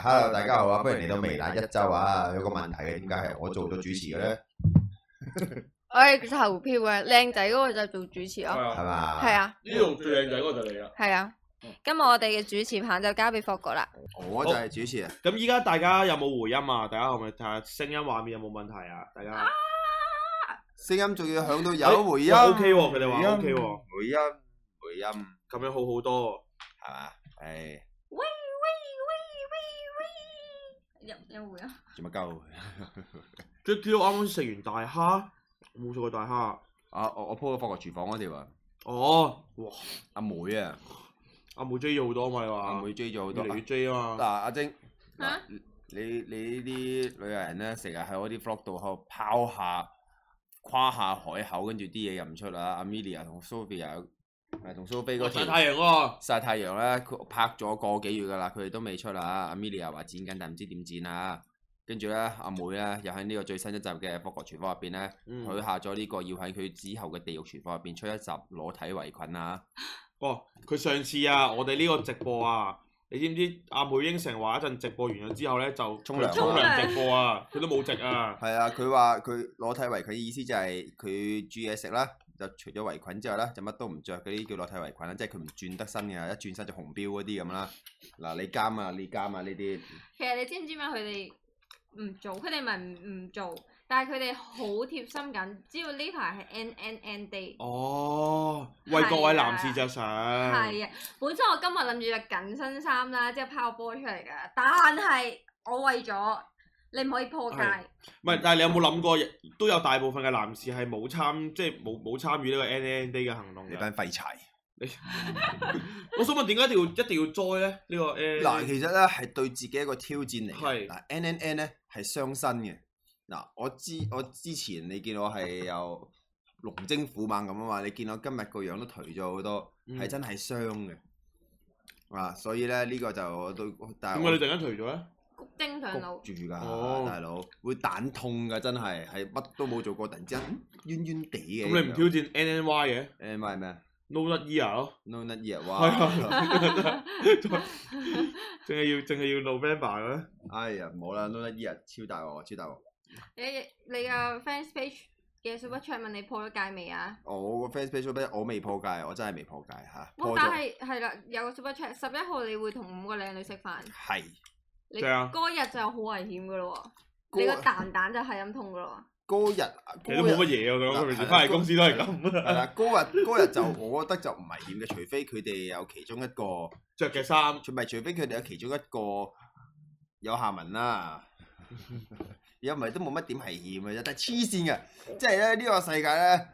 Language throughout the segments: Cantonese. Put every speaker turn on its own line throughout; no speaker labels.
Hello，大家好啊！不如嚟到微辣一周啊，嗯有個問題嘅，點解係我做咗主持嘅咧？
我係投票嘅，靚仔嗰個就做主持咯，
係
啊，
嘛？
係，啊，
呢度最靚仔嗰個就你啦。
係啊。今日我哋嘅主持棒就交俾霍哥啦。
我就係主持啊人。
咁依家大家有冇回音啊？大家可唔可以睇下聲音畫面有冇問題啊？大家
聲音仲要響到有回音。
喂，OK 喎佢哋話
回音
OK 喎
回音，回音，
咁樣好好多
係嘛？唉，
喂喂喂喂喂，有有回啊？
做乜鳩？
喎。j Q 啱啱食完大蝦，冇食過大蝦。
啊，我我 po 咗放個廚房嗰條啊，
哦，哇！
阿妹啊，
阿妹追咗好多嘛？你
阿
話
妹追咗好
越
多。
嚟越
嗱，
追啊嘛。
阿晶，
啊
嚇
你你呢啲旅遊人咧，成日喺我啲 vlog 度喺度拋下跨下海口，跟住啲嘢又唔出啦。阿 Milia 同 Sophia，誒同蘇菲嗰
我曬
條。
太陽喎。
曬太陽啦，佢拍咗個幾月噶啦，佢哋都未出啦。阿 Milia 話剪緊，但唔知點剪啊。跟住咧，阿妹咧又喺呢個最新一集嘅《博國廚房》入邊咧，
嗯
佢下咗呢個要喺佢之後嘅《地獄廚房》入邊出一集裸體圍裙啊。
哦，佢上次啊，我哋呢個直播啊，你知唔知阿妹應承話一陣直播完咗之後咧就
沖涼啊
沖涼直播啊，佢都冇直啊。
係啊，佢話佢裸體圍裙嘅意思就係佢煮嘢食啦，就除咗圍裙之後咧，就乜都唔着嗰啲叫裸體圍裙啦，即係佢唔轉得身嘅，一轉身就紅標嗰啲咁啦。嗱，你監啊，你監啊呢啲，
其實你知唔知咩？佢哋唔做，佢哋咪唔唔做，但係佢哋好貼心緊。只要呢排係 N N N Day，
哦，為各位男士着想。
係啊。本身我今日諗住着緊身衫啦，即係拋個波出嚟㗎，但係我為咗你唔可以破戒，
係唔係，但係你有冇諗過，都有大部分嘅男士係冇參，即係冇冇參與呢個 N N D 嘅行動
你
嘅。
班廢柴。
我想問點解一定要一定要 join 咧？呢個 N
嗱，其實咧係對自己一個挑戰嚟嘅。
嗯係
嗱，N N N 咧係傷身嘅。嗱，我之我之前你見我係有龍精虎猛咁啊嘛，你見我今日個樣都頹咗好多，
嗯
係、真係傷嘅。啊，所以咧呢、個就我對，但係
點解你
我
突然間除咗咧？
谷精上腦。
焗住㗎，
哦
大佬會蛋痛㗎，真係係乜都冇做過，突然之間嗯冤冤地嘅。
咁你唔挑戰 N N Y 嘅
誒咪咩啊
No Nut Year 咯？
？No not yet，
係
哇！
啊， 淨係要淨係要 November 嘅咩？
哎呀，冇啦，No not yet，超大鑊，超大鑊。
你你嘅 fans page 嘅 super chat 問你破咗戒未啊？
我個 fans page 咧，我未破戒，我真係未破戒嚇，
哇！
破
但
咗
係係啦，有個 super chat 十一號你會同五個靚女食飯，
係
你
對啊
嗰日就好危險噶咯喎，你個
嗰
蛋蛋就係咁痛噶咯
嗰日
其實都冇
嗰
乜
日
嘢啊！
嗱
佢平
係
時
啊
翻嚟公司都係咁
係
啊，
啦，嗰日嗰日就我覺得就唔危險嘅，除非佢哋有其中一個，
着嘅衫
除咪除非佢哋有其中一個有下文 啦。如果唔係都冇乜點危險嘅啫，但係黐線嘅，即係咧呢個世界咧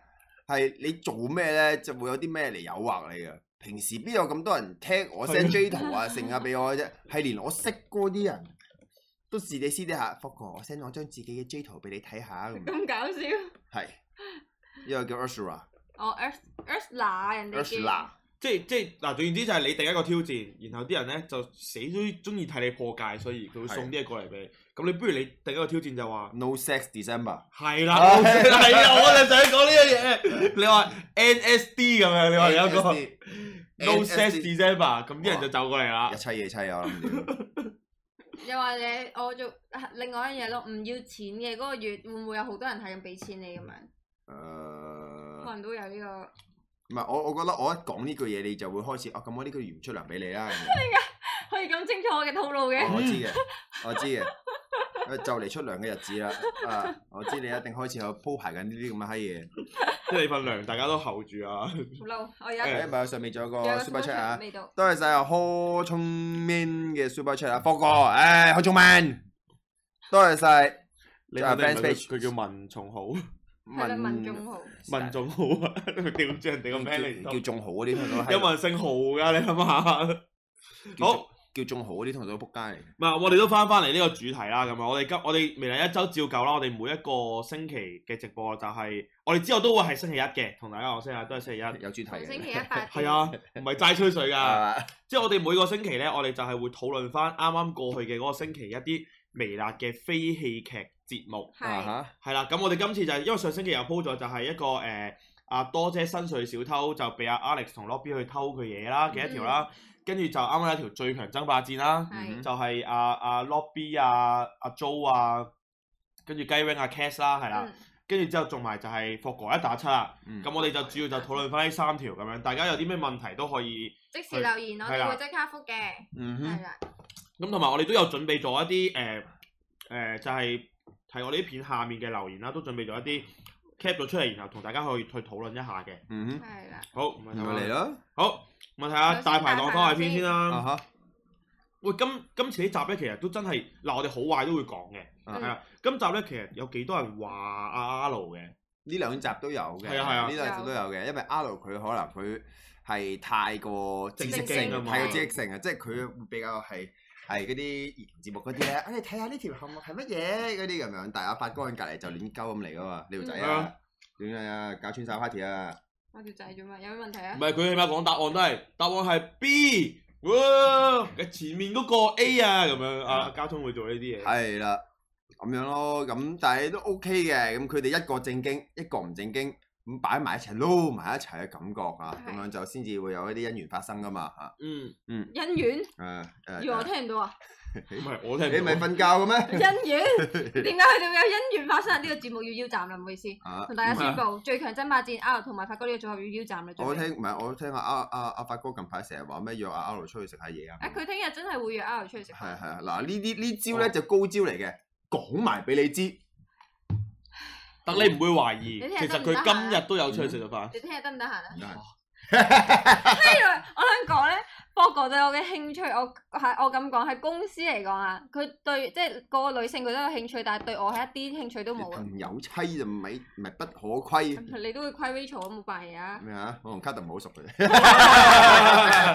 係你做咩咧就會有啲咩嚟誘惑你嘅。平時邊有咁多人聽我 send J 圖啊，成啊俾我嘅啫，係連我識嗰啲人都是你私底下，福哥，我 send 我張自己嘅 J 圖俾你睇下咁
喎，。咁搞笑！
係，呢個叫 Ursula。
哦 e a r t h e a 人哋叫
Ursula
即係即係嗱，總言之就係你定一個挑戰，然後啲人咧就死都中意睇你破戒，所以佢會送啲嘢過嚟俾你。咁你不如你定一個挑戰就話
No Sex December。
係啦，
啊
係啊，我就想講呢樣嘢。你話 NSD 咁樣，你話有一個 No Sex
NSD
December，咁啲人就走過嚟啦
一。妻嘢妻啊！我諗 住
又話你我做另外一樣嘢咯，唔要錢嘅嗰個月會唔會有好多人係咁俾錢你咁樣？可
誒，
能都有呢個。
唔係我我覺得我一講呢句嘢，你就會開始哦。咁我呢個月唔出糧俾你啦。 咁樣
可以咁清楚我嘅套路嘅，
我知嘅，我知嘅。 誒就嚟出糧嘅日子啦，啊！我知你一定開始有鋪排緊呢啲咁嘅閪嘢。
即係你份糧，大家都候住啊。
好嬲！我而家
誒
誒，咪有上面仲有個
有個
super
super
chat
chat
啊！
未到。
多謝晒阿柯聰 man 嘅 super chat 啊，科哥，誒柯聰 man，多謝晒
你
啊
肯定唔
fans
係
page
佢佢叫文仲好，
係啦，民眾號。
文仲好啊， 佢調轉人哋個名
叫
嚟
叫
讀。
仲豪嗰啲同到
有冇人姓豪㗎？你諗下。
叫
好。
叫仲豪嗰啲同到仆街嚟。
唔係，我哋都翻翻嚟呢個主題啦。咁啊，我哋今我哋未來一周照舊啦。我哋每一個星期嘅直播就係、我哋之後都會係星期一嘅，同大家講聲啊，都係星期一。
有主題
同星期
嘅，
一八
係啊，唔係齋吹水㗎。
係嘛
即係我哋每個星期咧，我哋就係會討論翻啱啱過去嘅嗰個星期一啲微辣嘅非戲劇節目。
啊
係
哈，
係啦，咁我哋今次就係、因為上星期又 po 咗，就係一個誒呃阿、多姐新水小偷就俾阿 Alex 同 Lobby 去偷佢嘢啦嘅一條啦。跟住就啱啱有條最強爭霸戰啦，
係
就係阿阿 Lobby 啊、阿 Jo 啊，跟住雞 wing 啊、Cass 啦，係啦，
嗯
跟住之後仲埋就係霍哥一打七啦。
嗯
咁我哋就主要就討論翻呢三條咁樣，大家有啲咩問題都可以。
即時留言，我
係啦
哋會即刻覆嘅，
嗯
係
哼，
啦，
咁同埋我哋都有準備咗一啲誒誒，就係係我哋啲片下面嘅留言啦，都準備咗一啲 cap 咗出嚟，然後同大家去去討論一下嘅。
嗯
係啦，
好，唔
哼，咪嚟
啦。
咯，
好，問下
嗯首先
大排檔番外篇先
啊
啦。
哈，
喂，今今次呢集咧，其實都真係嗱，我哋好壞都會講嘅。
嗯
係啊，今集咧其實有幾多人話阿阿盧嘅？
呢兩集都有嘅，
係啊係啊
呢兩集都有嘅，因為 R 佢可能佢係太過知識
正
性，
正
太過知識性啊，即係佢比較係係嗰啲兒童節目嗰啲咧，啊你睇下呢條項目係乜嘢嗰啲咁樣，但係阿發哥喺隔離就亂鳩咁嚟噶嘛，呢條仔啊，點樣啊，搞穿晒 party 啊，
我條仔做乜？有咩問題
唔
啊？
係佢起碼講答案都係答案係 B。哇！嘅前面嗰個 A 啊，咁樣啊，交通會做呢啲嘢。
係啦，咁樣咯，咁但係都 OK 嘅，咁佢哋一個正經，一個唔正經，咁擺埋一齊撈埋一齊嘅感覺啊，咁
係
樣就先至會有一啲姻緣發生噶嘛嚇，
嗯，
姻緣，
誒
以為我
誒，
聽唔到 啊？
唔係我聽唔
你咪
到。
瞓覺嘅咩？
姻緣，點解佢哋會有姻緣發生？呢個節目要腰斬啦，唔好意思，
啊！
同大家宣布，最強爭霸戰 R 同埋發哥呢個組合要腰斬啦。準備
我聽唔係我聽阿阿阿阿發哥近排成日話咩約阿 R 出去食下嘢啊，
啊，哦佢聽日真係會約 R 出去食飯。
係係啊係嗱呢啲呢招咧就高招嚟嘅，講埋俾你知，
但你唔會懷疑，
你聽
其
日
實
得唔
佢
得閒啊
今日都有出去食咗飯。
你聽日得唔得閒啊？
唔得閒
因為我想講咧，博哥對我嘅興趣，我係我咁講喺公司嚟講啊，佢對即係個個女性佢都有興趣，但係對我係一啲興趣都
你
冇啊。
朋友妻就咪咪不可虧
你都會虧 Rachel 我冇扮嘢啊！
咩啊？我同卡特唔好熟嘅，
即係咧，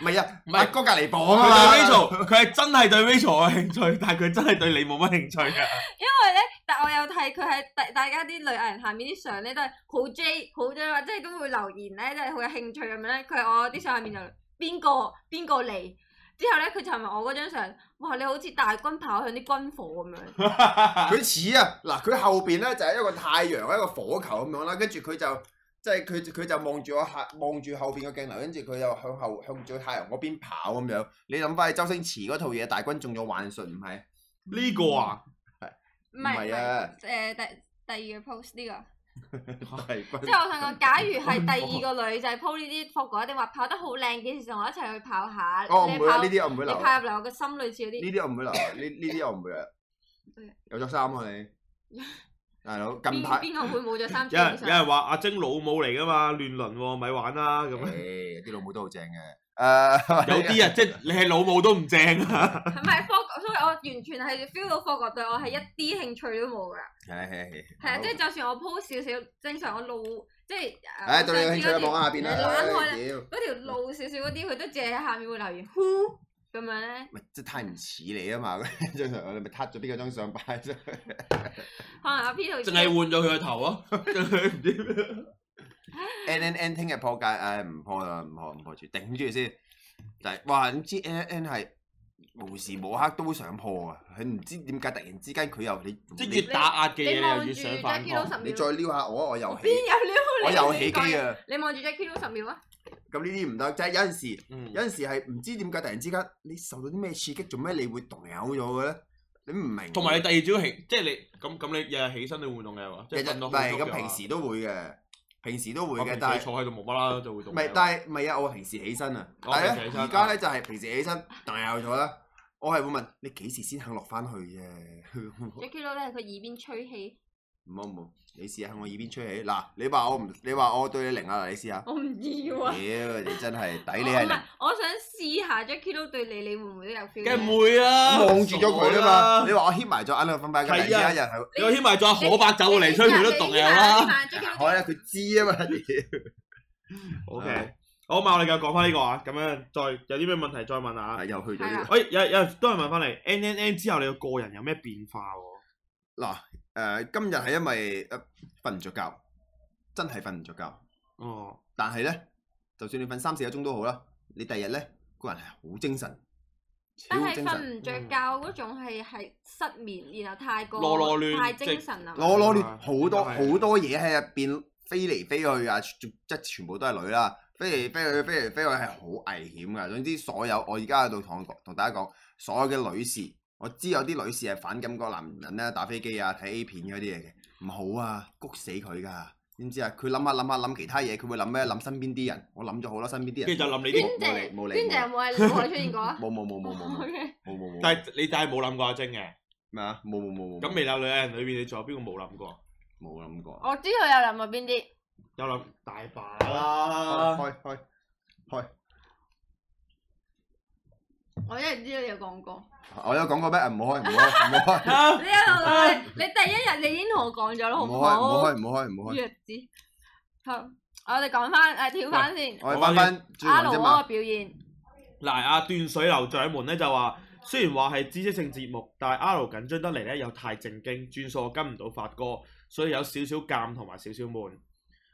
唔係啊，
唔
阿
係
哥隔離房
佢
啊嘛
對 Rachel，佢係真係對 Rachel 有興趣， 但係佢真係對你冇乜興趣嘅。啊
因為咧，但我有睇佢喺大大家啲女藝人下面啲相咧，都係好 J 好 J 啊即係都會留言咧，即係好有興趣咁樣咧。佢喺我啲相下面就邊個邊個嚟？之後咧，佢就問我嗰張相，哇！你好似大軍跑向啲軍火 咁樣，
佢似啊，嗱佢後邊咧就係一個太陽一個火球咁樣啦，跟住佢就即係佢佢就望住我下望住後邊個鏡頭，跟住佢又向後向住太陽嗰邊跑咁樣。你諗翻起周星馳嗰套嘢，大軍中咗幻術唔係？
呢個啊，
唔係
唔係啊
唔係誒第第二個 post 呢個。
係軍
即係我想講，假如係第二個女仔 po 呢啲 po 過，一定話跑得好靚，幾時同我一齊去跑下？
我
你
唔會啊，
跑
呢啲我唔會留啊。
你跑入嚟我嘅心裏似嗰啲
呢啲我唔會留，呢呢啲我唔 會啊
嗯。
有着衫啊你，大 佬近
邊
排
邊個會冇咗衫
有人
穿
有
上？
人話阿晶老母嚟噶嘛，亂倫喎，咪玩啦咁
誒
樣。
啲老母都好正嘅。誒
有啲啊，即係你係老母都唔正啊。
係咪 f o 所以我完全係 feel 到 f o 對我係一啲興趣都冇㗎。
係係係
係啊，即係就算我 po 少少，正常我路即係
誒對你有興趣嘅望下下邊
你
啦。
懶開啦
唉屌
嗰條路少少嗰啲，佢都只係喺下面會留言 who 咁樣咧。
咪即係太唔似你啊嘛！ 張相你咪撻咗邊個張相擺啫。
可能阿 P 度
淨係換咗佢個頭啊！唔知
N N N 聽日破戒，唉唔破啦，唔破唔破住，頂住先。但係哇，唔知 N N N 係無時無刻都想破啊！佢唔知點解突然之間佢又你
即係
你
越打壓嘅
你
嘢，
望
又
住
越想反
Jackie Lou
抗。
十
你
秒，
再撩下我，我又
邊
起，我
有料？
又起機
啊！
啊！
你望住 Jackie Lou 十秒啊！
咁呢啲唔得，即係有陣時，
嗯
有陣時係唔知點解突然之間你受到啲咩刺激，做咩你會動搖咗嘅咧？你唔明。
同埋你第二朝起，即係你咁咁，你日日起身你會運動嘅喎，即
日
係
日
瞓到
唔
好
係
足嘅
咁，
話
平時都會嘅，平時都會
我
嘅
平，
但係
時。坐喺度無啦啦就會動
唔
嘅
係
喎。，
但係唔係啊！我平時起身啊，
哦
但係
平時
咧
起身
而家咧就係平時起身，大有咗啦。我係會問你幾時先肯落翻去啫？
Jackie Lou 咧，佢耳邊吹氣，
唔好唔好，你試下喺我耳邊吹氣嗱。你話我唔，你話我對你零啊！嗱，你試下。
我唔要
屌，
啊！
你真係
我
抵
唔
你係
係
零，，
我想試下 Jackie Lou 對你，你會唔會都有
梗
feel？
係唔會啦，
望住咗佢啊嘛。
傻
你話我牽埋咗眼兩分擺，咁突然之間又係，
你又牽埋咗可白走嚟吹佢都動嘅啦。
啦 Jackie
我
Lou
咧佢知啊嘛。屌
OK，好嘛，我哋繼續講翻呢個啊，咁樣再有啲咩問題再問啊。
係又去咗呢
喂，有有人都係問翻嚟，N N N 之後你個個人有咩變化喎？
個嗱誒，今日係因為誒瞓唔着覺，真係瞓唔着覺。
哦，
但係咧，就算你瞓三四個鐘都好啦，你第二日咧個人係好精神，超
但係
精
瞓
神，
唔着覺嗰種係係失眠，然後太過
囉囉攣
太精神啊嘛。
攞攞
啊
亂好多
真係
好多嘢喺入邊飛嚟飛去啊，全即係全部都係女啦。飛嚟飛去，飛嚟飛去係好危險噶。總之所有我而家喺度同我講同大家講，所有嘅女士，我知有啲女士係反感嗰個男人咧打飛機啊、睇 A 片嗰啲嘢嘅，唔好啊，谷死佢噶。知唔知啊？佢諗下諗下諗其他嘢，佢會諗咩？諗身邊啲人，我諗咗好多身邊啲
跟
人
住。就諗
冇
你啲，
娟
冇理冇理
姐，娟姐有冇喺腦海出現過啊
冇冇冇冇冇冇
？OK，
冇 冇冇。
但係你但係冇諗過阿晶嘅。
咩啊？冇冇冇冇。
咁未有女人裏邊，你仲有邊個冇諗過？
冇諗過。
我知道有諗過邊啲。
有諗大把
開
啦。
開開開，
我一唔知道有講過，
我有講過咩？唔好開唔好開唔好開。
啊
你一路你第一日你已經同我講咗啦，好
唔
唔
好開，唔好
好？
開，唔好開，唔好開。
弱智。好，我哋講翻誒跳翻先，
我哋翻翻最
阿
王
盧
啫
嗰個
嘛。
表現，
嗱，阿斷水流掌門咧就話，雖然話係知識性節目，但係 R 緊張得嚟咧又太正經，轉數我跟唔到發哥，所以有少少尷同埋少少悶。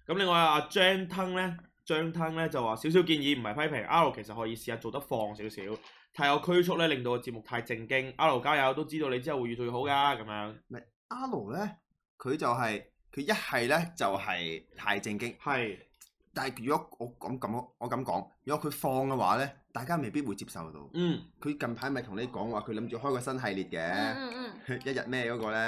咁另外阿張吞咧，張吞咧就話少少建議，唔係批評 R 其實可以試下做得放少少，太有拘束咧令到個節目太正經。R 加油，都知道你之後會越做越好噶咁樣。
阿盧咧，佢就係佢一係咧就係太正經，
係
但係如果我咁咁我咁講，如果佢放嘅話咧，大家未必會接受到。
嗯，
佢近排咪同你講話，佢諗住開個新系列
嗯
嘅，
嗯 嗯
一日咩嗰個咧？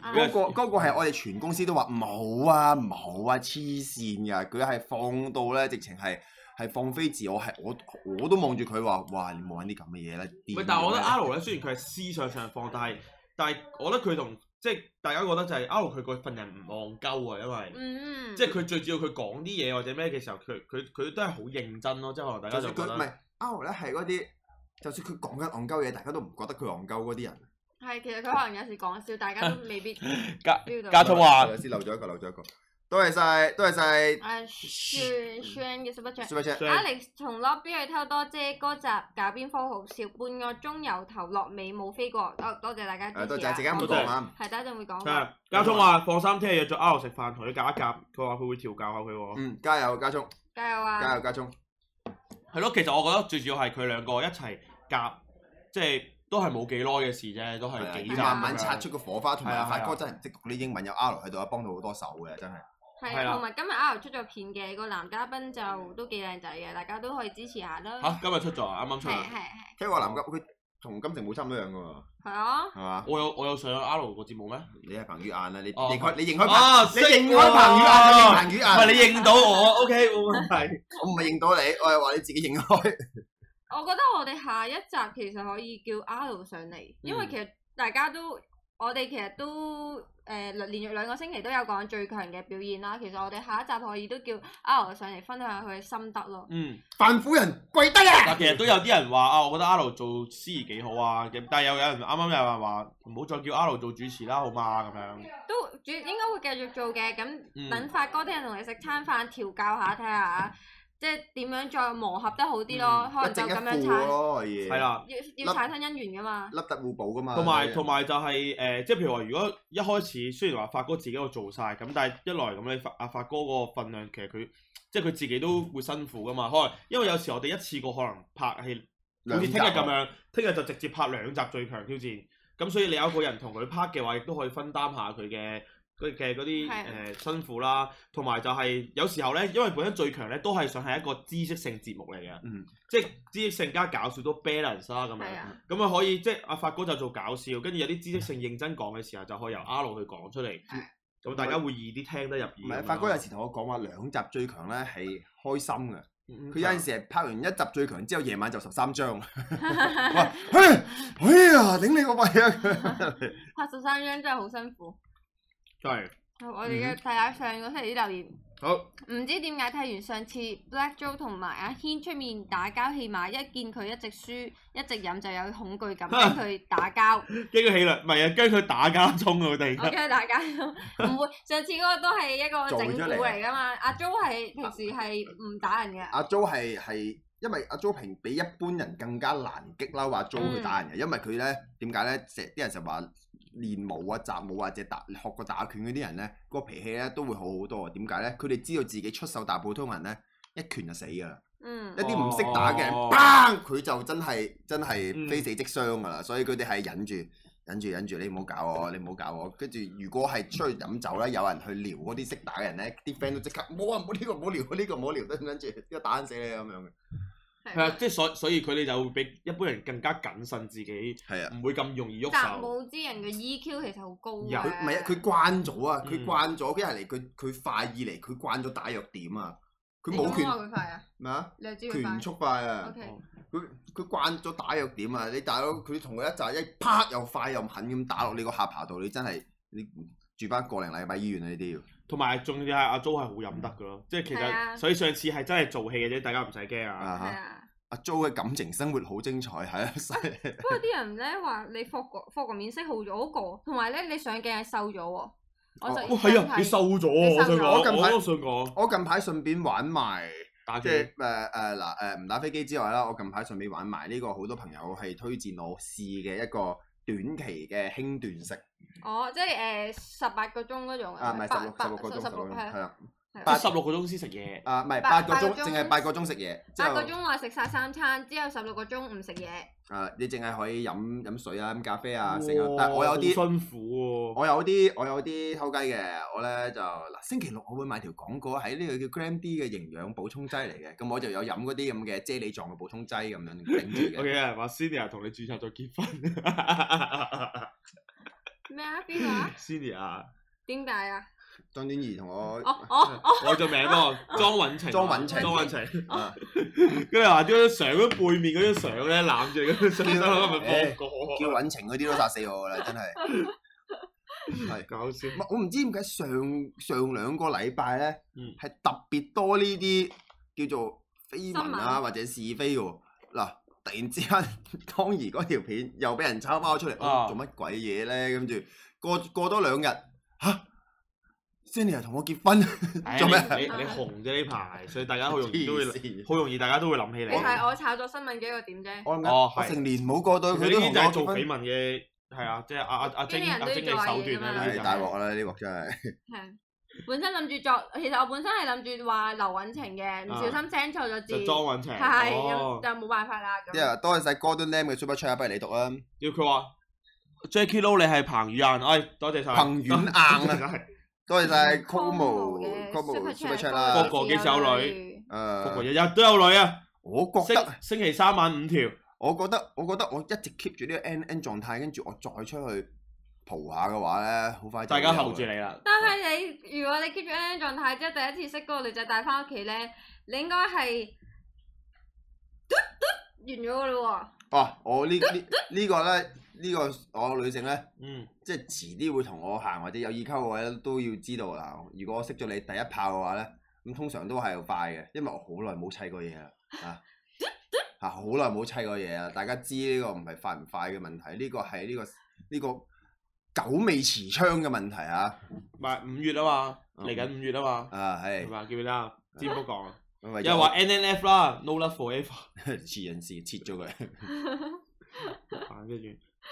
啊
嗰、個嗰、個係我哋全公司都話唔好啊，唔好啊，黐線㗎！佢係放到咧，直情係係放飛自我，係我我都望住佢話：哇，你冇揾啲咁嘅嘢啦！
喂
喂，
但係我覺得 R 咧雖然佢係思想上放，但係但係我覺得佢同即係大家覺得就係 R 佢個份人唔戇鳩啊，因為。
嗯嗯，
即係佢最主要佢講啲嘢或者咩嘅時候，佢佢佢都係好認真咯，即係可能大家
就
就
算
覺
佢唔
得
係 R 咧，係嗰啲就算佢講緊戇鳩嘢，大家都唔覺得佢戇鳩嗰啲人。
係其實佢可能有時講笑，大家都未必
加
feel 到。
加阿啊通話
有啊先漏咗一個，漏咗一個。多謝晒，多謝晒
誒，宣宣嘅 super chat。
Super Chat。
所以
Alex 從 lobby 去偷多姐嗰集搞邊科好笑，半個鐘由頭落尾冇飛過，多多謝大家
誒，
支
多
持
謝，
啊！
陣間唔講啊。
係，等一陣會講嘅。
係交通話放心，聽日約咗 R 食飯，同佢夾一夾，佢話佢會調教下佢喎。
嗯，加油，加中，
加油啊！
加油，加中。
係咯，其實我覺得最主要係佢兩個一齊夾，即係都係冇幾耐嘅事啫，都
係啊
係幾
要
集。
慢慢擦出個火花，同
係
埋
啊
發
係
哥
啊
真係唔識讀啲英文，有 R 喺度啊，幫到好多手嘅，真係。
係
係
啦
啊，同埋今日 R 出咗片嘅個男嘉賓就都幾靚仔嘅，大家都可以支持下啦。
嚇，今日出咗啊，啱啱出
係
嚟。
係
聽話男家佢同金城武差唔多樣噶喎，
係啊！
係嘛？
我有我有上 R 個節目咩？
你係彭于晏啊，你
哦
認開你認開彭，
啊，
你認開彭于晏就認彭于
唔係
晏，
你認到我，OK 冇問題。
我唔係認到你，我係話你自己認開。
我覺得我哋下一集其實可以叫 R 上嚟，因為
嗯
其實大家都我哋其實都誒、呃、連續兩個星期都有講最強嘅表現啦。其實我哋下一集可以都叫 R 上嚟分享下佢嘅心得咯。
嗯。
范夫人跪低啊！
嗱，其實都有啲人話啊，我覺得阿 L 做司儀幾好啊，咁但係有有人啱啱有人話唔好再叫阿 L 做主持啦，好嘛咁樣。
都主應該會繼續做嘅，
嗯
咁等發哥聽日同你食餐飯調教下睇下，即係點樣再磨合得好啲咯。可
一
能就
正一
咁樣
負
產
咯，可以。
係，啦，
要要產生姻緣噶嘛。
凹凸互補噶嘛。
同埋同埋就啊係、誒、即係譬如話，如果一開始雖然話發哥自己個做晒，咁但係一來咁你發阿發哥個份量，其實佢即係佢自己都會辛苦噶嘛。可能因為有時我哋一次過可能拍戲，好
兩
似
集啊
聽日咁樣，聽日就直接拍兩集最強挑戰。咁所以你有個人同佢拍嘅話，亦都可以分擔下佢嘅佢嘅嗰啲誒
係
辛苦啦。同埋就係有時候咧，因為本身最強咧都係想係一個知識性節目嚟嘅，
嗯
即係知識性加搞笑都 balance 啦咁樣
係。啊，
咁啊可以即係阿發哥就做搞笑，跟住有啲知識性認真講嘅時候，就可以由 R 去講出嚟
係，
咁大家會易啲聽得入耳咁
唔
樣
係，
咯。
發哥有時同我講話兩集最強咧係開心嘅，
嗯
佢有陣時係拍完一集最強之後，夜晚就十三張。哇！嘿哎呀，頂你個肺啊！
拍十三張真係好辛苦。
係
好我哋嘅睇下上個星期啲留言，
好
唔知點解睇完上次 Black Joe 同埋阿軒出面打交戲碼，一見佢一直輸，一直飲就有恐懼感，驚佢打交。
跟佢起嚟，唔係啊，跟佢打交衝啊！佢哋
我 驚大家唔會，上次嗰個都係一個整蠱
啊
嚟噶嘛。阿 Jo 係平時係唔打人嘅，
阿 Jo 係係，因為阿 Jo 平比一般人更加難激嬲阿 Jo 去打人嘅，因為佢咧點解咧？成啲人成日話練武啊、習武或者打學過打拳嗰啲人咧，個脾氣咧都會好好多啊。點解咧？佢哋知道自己出手打普通人咧，一拳就死㗎啦。
嗯
一，啲唔識打嘅人，
哦
砰佢就真係真
嗯
係非死即傷㗎啦。所以佢哋係忍住。忍住忍住，你唔好搞我，你唔好搞我。跟住如果係出去飲酒咧，有人去撩嗰啲識打嘅人咧，啲 friend 都即刻冇啊，冇呢、個冇撩，呢、個冇撩，跟住呢個打撚死你咁樣嘅。
係啊，即係所所以佢哋就會比一般人更加謹慎自己，
係啊，
唔會咁容易喐
習
手。
武之人嘅 EQ 其實好高
有
佢唔係啊，佢慣咗啊，
嗯
佢慣咗，一係嚟佢佢快，二嚟佢慣咗打藥點啊，佢冇
拳
拳
會快啊，
咩啊？
你又知佢快
拳。速快啊！
OK，
佢佢慣咗打藥點啊！你大佬佢同佢一扎一啪又快又狠咁打落你個下巴度，你真係你住翻個零禮拜醫院啊！呢啲要
同埋仲要係阿 Jo 係好飲得噶咯，即係其
係啊
實所以上次係真係做戲嘅啫，大家唔使驚啊。
啊
係
哈！
啊。
阿 Jo 嘅感情生活好精彩，係 啊，犀利
不過啲人咧話你霍個霍個面色好咗嗰個，同埋咧你上鏡係瘦咗喎。我就
哦
哇，係啊，你瘦咗喎，
你
我想
瘦咗
講，
我近排
我都想講
我近排順便玩埋，
打
即
機。
係誒誒嗱誒唔打飛機之外啦，我近排順便玩埋呢個好多朋友係推薦我試嘅一個短期嘅輕斷食
哦，即係誒十八個鐘嗰種
啊，唔係
八
十六
八
十六個鐘
十
十
六
六
係
係
啊
啦，
係啊
八
十六個鐘先食嘢，
啊唔係八
八
個鐘，
八個鐘
淨係八個鐘食嘢，之
八
後
個鐘內食晒三餐，之後十六個鐘唔食嘢。
啊你淨係可以飲飲水啊、飲咖啡啊、
哇
成啊，但係我有啲。
好辛苦喎。
我有啲我有啲偷雞嘅，我咧就嗱星期六我會買條廣告喺呢個叫 Gram D 嘅營養補充劑嚟嘅，咁我就有飲嗰啲咁嘅啫喱狀嘅補充劑咁樣頂住
O
嘅。
K 啊，話 Senior 同你註冊咗結婚
咩啊？邊個啊？
，Senior
點解啊？
張婉儀同我
哦哦哦，
改咗名 喎，莊允晴，啊
莊允晴
莊允晴，
啊，
跟住話張相嗰背面嗰張相咧攬住嗰張相，係咪放過？
叫揾情嗰啲都殺死我噶啦，真係。
搞笑
唔，係我唔知點解上上兩個禮拜咧
嗯，
係特別多呢啲叫做緋聞
新
啊或者是非喎。嗱，突然之間 當兒嗰條片又俾人抄包出嚟，
啊
哦做乜鬼嘢咧？跟住過過多兩日吓 s e n i o r 同我結婚
唉
做咩？
你你你紅啫呢排，所以大家 好容易都會，
黐線
好容易大家都會諗起
你
你。
係我炒作新聞嘅一個點啫。
我諗緊
哦
我
係
成年冇過到
其
佢
實
都
呢啲
同
就
我
係做
結
緋
婚，
聞嘅，係啊，即係阿阿阿晶
呢啲人
阿
都要
晶嘅
做下
手段
嘢㗎
咧，
嘛
呢啲
唉
就
大
係
鑊啦！呢鑊真係
係。本身諗住作，其實我本身係諗住話劉允晴嘅，唔小心 send 錯咗字
啊就，莊允晴。
係咁
哦
就冇辦法啦。咁
因為多謝晒 Gordon Lam 嘅 Super Chat，不如你讀啊！
要佢話 Jackie Lou 你係彭宇晏，哎多謝晒。
彭宇晏啊 多謝晒 Como
嘅
Como
Super
Super
Chat
Chat 啦
個。個幾時有女？不
誒，
過日日都有女啊，
我覺
星
得。
星期三晚五條，
我覺得我覺得我一直 keep 住呢個 N N 狀態，跟住我再出去蒲下嘅話咧，好快就
大家候住
有
你啦。
但係你如果你 keep 住 N N 狀態，即係第一次識嗰個女仔帶翻屋企咧，你應該係嘟嘟完咗噶啦
哦，我呢呢呢個咧呢個我女性咧，
嗯，
即係遲啲會同我行或者有意溝嘅咧，都要知道啦。如果我識咗你第一炮嘅話咧，咁通常都係快嘅，因為我好耐冇砌過嘢啦 啊。啊！好耐冇砌過嘢啦，大家知呢個唔係快唔快嘅問題，呢、個係呢、個呢、個久未持槍嘅問題啊！
咪五月啊嘛，
嗯
嚟緊五月啊嘛，
啊，係
係，嘛？記唔記得啊？占卜講，
因為
又話 N N F 啦，No Love Forever，
黐人線，切咗佢。
喎。
啊跟住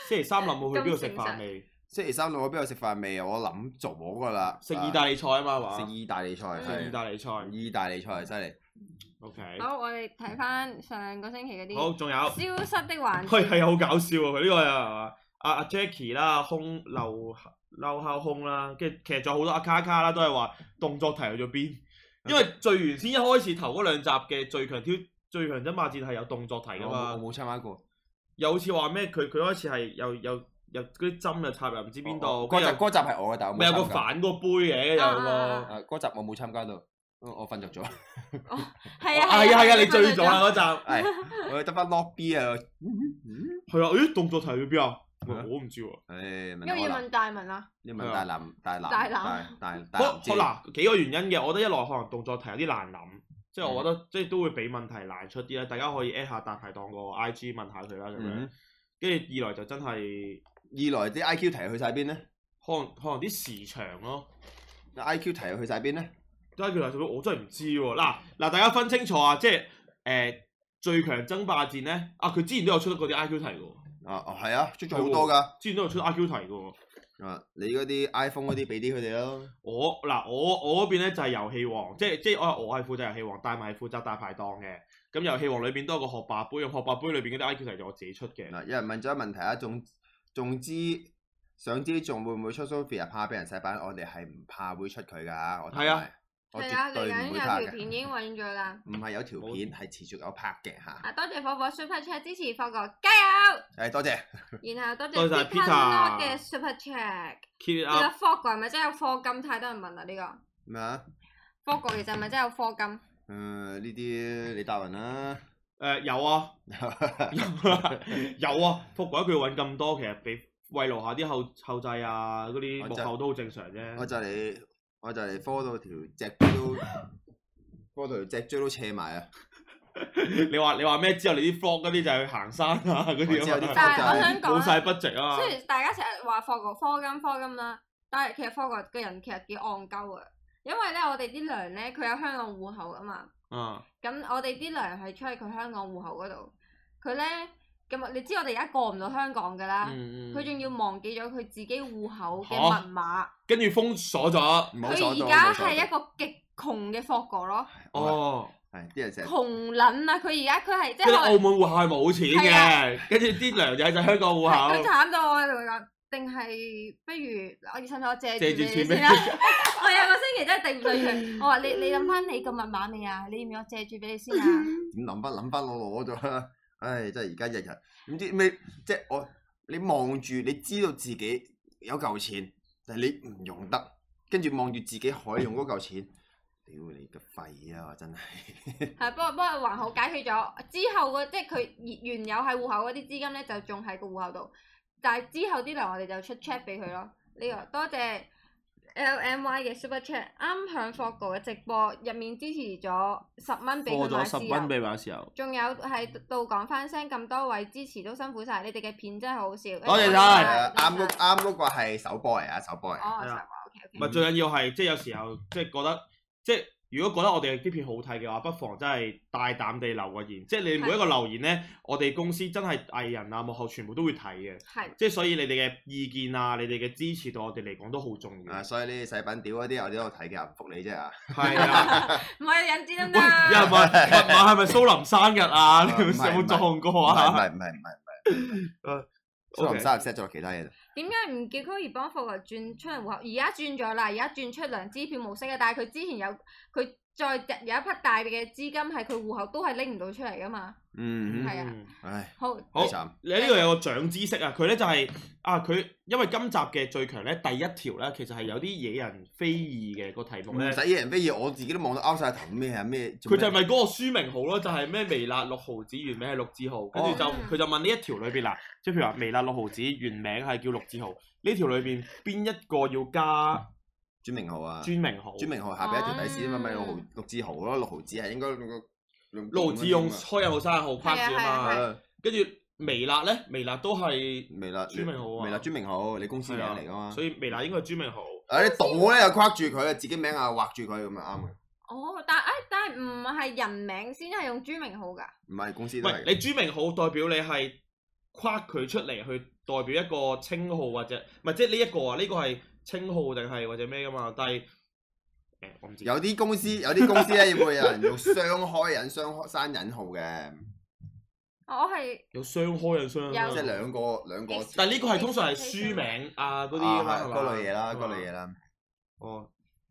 星期三林冇去邊度食
咁誠實
飯未？
星期三到我邊度食飯未啊？我諗咗噶啦，
食意大利菜啊嘛，
啊食
話
意大利菜，
嗯
食意
係
大利菜。
意大利菜犀利。
O K，
好，我哋睇翻上個星期嗰
好，
啲
仲有。
消失的 環
佢
節。
係好搞笑啊！佢呢個啊阿阿 Jackie 啦，空漏漏敲空啦，跟住其實仲有好多阿卡卡啦，都係話動作題去咗邊，因為
嗯
最原先一開始頭嗰兩集嘅最強挑最強爭霸戰係啊有動作題噶
我冇
嘛，
我冇參加過。
又好似話咩佢佢開始係又又又嗰啲針又插入唔知邊
我
度，
我哦嗰
跟
集
住又
嗰集係我嘅，但我
咪
冇
有
參
個
加。
反個杯嘅，有個
啊
啊嗰集我冇參加到，我我瞓着咗。
係
係啊
啊係啊，你
分
醉
類
咗啦嗰集。
係，我得翻 lobby 啊。
係啊，咦動作題去邊啊？
係啊
我唔知喎。
誒，問
又要
我啦，
問大文啊啦，
你問大男大
啊
男
大
男
男
大大
可
男知
可嗱幾個原因嘅，我覺得一來可能動作題有啲難諗，即係我覺得即係都會俾問題難出啲啦。大家可以 at 下大排檔個 I G 問下佢啦咁樣
嗯。
跟住二來就真係
二來啲 I Q 題去晒邊咧
可能可能啲時長咯，
？I Q 題去晒邊咧？
真係叫做我真係唔知喎。嗱嗱，大家分清楚啊，即係誒、呃最強爭霸戰咧啊，佢之前都有出過啲 I Q 題嘅喎，
啊，哦係啊，出咗好多㗎。
之前都有出 I Q 題嘅喎。
啊，你嗰啲 iPhone 嗰啲俾啲佢哋咯。
我嗱我我嗰邊咧就係遊戲王，即係即係我我係負責遊戲王，但係係負責大排檔嘅。咁遊戲王裏邊都有個學霸杯，學霸杯裏邊嗰啲 I Q 題就我自己出嘅。
嗱，有人問咗一個問題啊，仲仲之想知仲會唔會出 Sophia 怕俾人洗版？我哋係唔怕會出佢㗎，我
係啊
同埋我
係啊，
絕
嚟
對
緊
唔
有
會怕
條
嘅。
片已經揾咗啦。
唔係有條
冇
片係持續有拍嘅嚇。
啊，多謝火火 Super Chat 支持霍哥，加 油！
誒多謝，
然後多
多謝 Peter
謝 Peter Lord 嘅 Super Chat。
keep
啊
it
其實
up，
霍哥係咪真有課金？太多人問啦呢個。
咩啊？
霍哥其實係咪真有課金？
誒呢啲你答人啦。
誒 有啊， 有啊，有啊，仆鬼佢揾咁多，其實俾慰勞下啲後後製啊，嗰啲
我
幕
就
後都好正常
我
啫。
就嚟，我就嚟科到條脊椎都，科到條脊椎都斜埋啊！
你話你話咩？之後你啲 vlog 嗰啲就係去行山啊 嗰
我知有啲
啲啊
但係我想
嘛，
講
冇
咧
晒 budget 啊嘛。
雖然大家成日話霍哥科金科金啦，但係其實霍哥個人其實幾戇鳩啊。因為咧我哋啲糧咧佢有香港户口啊嘛，
啊，
咁我哋啲糧係出喺佢香港户口嗰度，佢咧咁啊你知我哋而家過唔到香港㗎啦，
嗯嗯
佢仲要忘記咗佢自己户口嘅
嚇
密碼，
跟住封鎖咗。
唔好鎖
佢
到，唔
而家
好鎖
係一
到。啊
個極窮嘅霍哥咯，
哦，
係啲人成日
窮撚啊！佢而家佢係即
跟住
係可
澳
能
門户口係冇錢
啊
嘅，跟住啲娘仔就香港户
係佢
口。
慘到我同佢講，定係不如我使唔使我借
借
住
住
你
錢
先
俾
啦？我有個星期真係頂唔順佢，我話你你諗翻你個密碼未啊？你要唔要我借住俾你先啊？
點諗翻諗翻我攞咗啦。唉，真係而家日日唔知咩，即係我你望住你知道自己有嚿錢，但係你唔用得，跟住望住自己可以用嗰嚿錢，屌你個肺啊！我真係
係不過不過還好解決咗，之後嗰即係佢原有喺户口嗰啲資金咧就仲喺個户口度，但係之後啲糧我哋就
嗯
出 check 俾佢咯。呢、個多謝 LMY 嘅 super chat，啱響 Fogo 嘅直播入面支持咗十蚊俾佢買私油
俾馬時候。
仲有係到講翻聲咁多位支持都辛苦晒，你哋嘅片真係好好笑。
多謝晒
係啊
多謝
啱嗰
晒
啱嗰個係首波嚟啊，首波嚟。
哦，
係
十
啦
o k
嗯
唔係
OK。
最緊要係，即係有時候即係覺得，即係如果覺得我哋嘅啲片好睇嘅話，不妨真係大膽地留個言。即係你每一個留言咧，我哋公司真係藝人啊、幕後全部都會睇嘅。
係
即係所以你哋嘅意見啊，你哋嘅支持對我哋嚟講都好重要
啊，。所以呢啲細品屌嗰啲，我哋都度睇嘅，唔服你啫啊！
係啊，
唔係引子得唔啊
喂，有人
得？
問密碼係咪蘇林生日啊？你有
唔係唔
冇
係
撞
唔
過
係唔
啊？
係唔係唔係，
哦
蘇林三 set 咗其他嘢。
點解唔叫 Kobe 幫霍華轉出糧户口？而家轉咗啦，而家轉出糧支票模式嘅，但係佢之前有佢再有一筆大嘅資金係佢戶口都係拎唔到出嚟噶嘛。
嗯，
係啊
嗯
唉，
好，
好
好慘。
你呢度有個長知識啊！佢咧就係、啊，佢因為今集嘅最強咧第一條咧，其實係有啲惹人非議嘅個題目
唔
咧。
使人非議，我自己都望到拗晒頭咩啊咩。做
佢
咩
就係咪嗰個書名號咯？就係、咩微辣六毫子，原名係陸志豪，跟住就
嗯
佢、就問呢一條裏邊嗱，即係譬如話微辣六毫子原名係叫陸志豪，呢條裏邊邊一個要加
朱明豪啊？
專名號？
朱明豪下邊一條底線啊嘛，咪六毫六字豪咯，六毫子係應該用個用
六毫子用開印號、生日號框住
係
啊
啊係啊係啊
嘛，
係
跟住微辣咧，微辣都係
微辣
朱明豪啊
微辣朱明豪，你公司名嚟噶嘛？
所以微辣應該係專名號。
啊啲賭咧又框住佢，自己名啊畫住佢咁啊啱嘅，
哦，但係誒，但係唔係人名先係用朱明浩㗎。
唔係公司
唔
都係。
係你朱明浩代表你係跨佢出嚟去代表一個稱號或者唔係即係呢一個啊？呢、個係稱號定係或者咩噶嘛？但係誒、我唔知。
有啲公司
嗯
有啲公司咧會有人用雙開引雙開山引號嘅，
嗯
我係
有雙開嘅雙
即
有
係
開，
兩個兩個
但係呢個係通常係書名啊嗰啲
啊
啊
係
嘛，
嗰類嘢啦，嗰類嘢
嘢。
啦。
哦，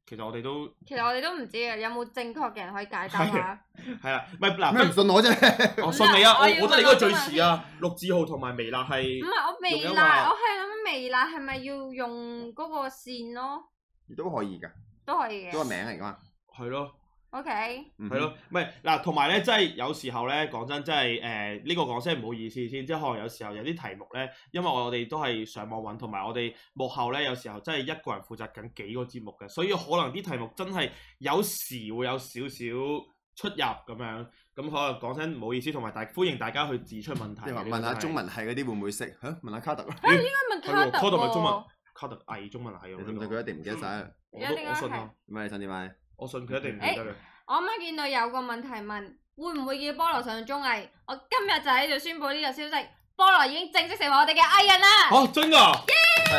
其實我哋都
其實我哋都唔知嘅，有冇正確嘅人可以解答啊下？
係啦，唔係
咩唔
嗱，
信我啫？
我信你啊！我
我要
我覺得你嗰個
問嗯
最
我
遲啊，陸志浩同埋微辣係
唔係我微
用一
辣，
話
我係諗微辣係咪要用嗰個線咯？
都可以㗎，
都可以
都係
嘅。
名嚟㗎嘛。
係咯。
O K，
嗯
係，咯，唔係嗱，同埋咧，真係有時候咧，講真，真係誒呢個講聲唔好意思先，即係呃可能有時候有啲題目咧，因為我哋都係上網揾，同埋我哋幕後咧，有時候真係一個人負責緊幾個節目嘅，所以可能啲題目真係有時會有少少出入咁樣，咁可能講聲唔好意思，同埋大歡迎大家去指出問題。啊
你話
呢個
問下
真係
中，文系嗰啲會唔會識？嚇，問下卡特啦，
因為
係喎
Carter
，Carter 咪中文
喎，
卡特偽中文係
你
喎，
信唔信
呢 個
佢一定唔記得晒？
我都我信啊，
咁啊，你信點啊？
我哦信佢一定唔記得嘅。
我啱啱見到有個問題問，會唔會叫菠蘿上綜藝？我今日就喺度宣布呢個消息，菠蘿已經正式成為我哋嘅藝人啦！
好真㗎，
啊
誒，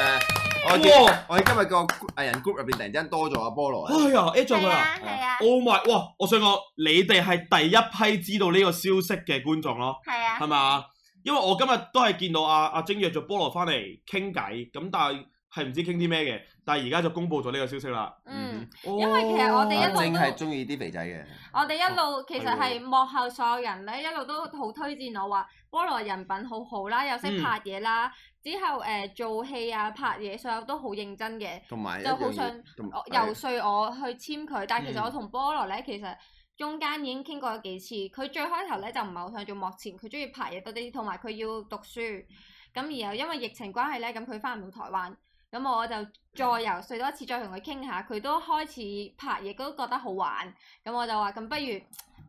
我哋
哇！
我哋今日個藝人 group 入邊突然之間多咗阿菠
哦
蘿啊，
哎呀，at 咗佢啊！
係
啊
Oh my！哇，我想講你哋係第一批知道呢個消息嘅觀眾咯，
係啊
係嘛？因為我今日都係見到阿阿晶約咗菠蘿翻嚟傾偈，咁但係係唔知傾啲咩嘅，但係而家就公佈咗呢個消息啦。哦
嗯，
因
為其實我哋
阿
一路
晶
都
係中意啲肥仔嘅，
我哋一路其實
係喎
係幕後所有人咧，一路都好推薦我話菠蘿人品好好啦，又識
嗯
拍嘢啦，之後誒、呃做戲啊拍嘢，所有都好認真嘅，
同埋一
就好
樣嘢
想
同嗯
我
係啊
游說我去簽佢，但係其實
嗯
我同菠蘿咧，其實中間已經傾過幾次。佢最開頭咧就唔係好想做幕前，佢中意拍嘢多啲，同埋佢要讀書。咁然後因為疫情關係咧，咁佢翻唔到台灣，咁我就再游說多一次，再同佢傾下，佢都開始拍嘢，都覺得好玩。咁我就話咁不如。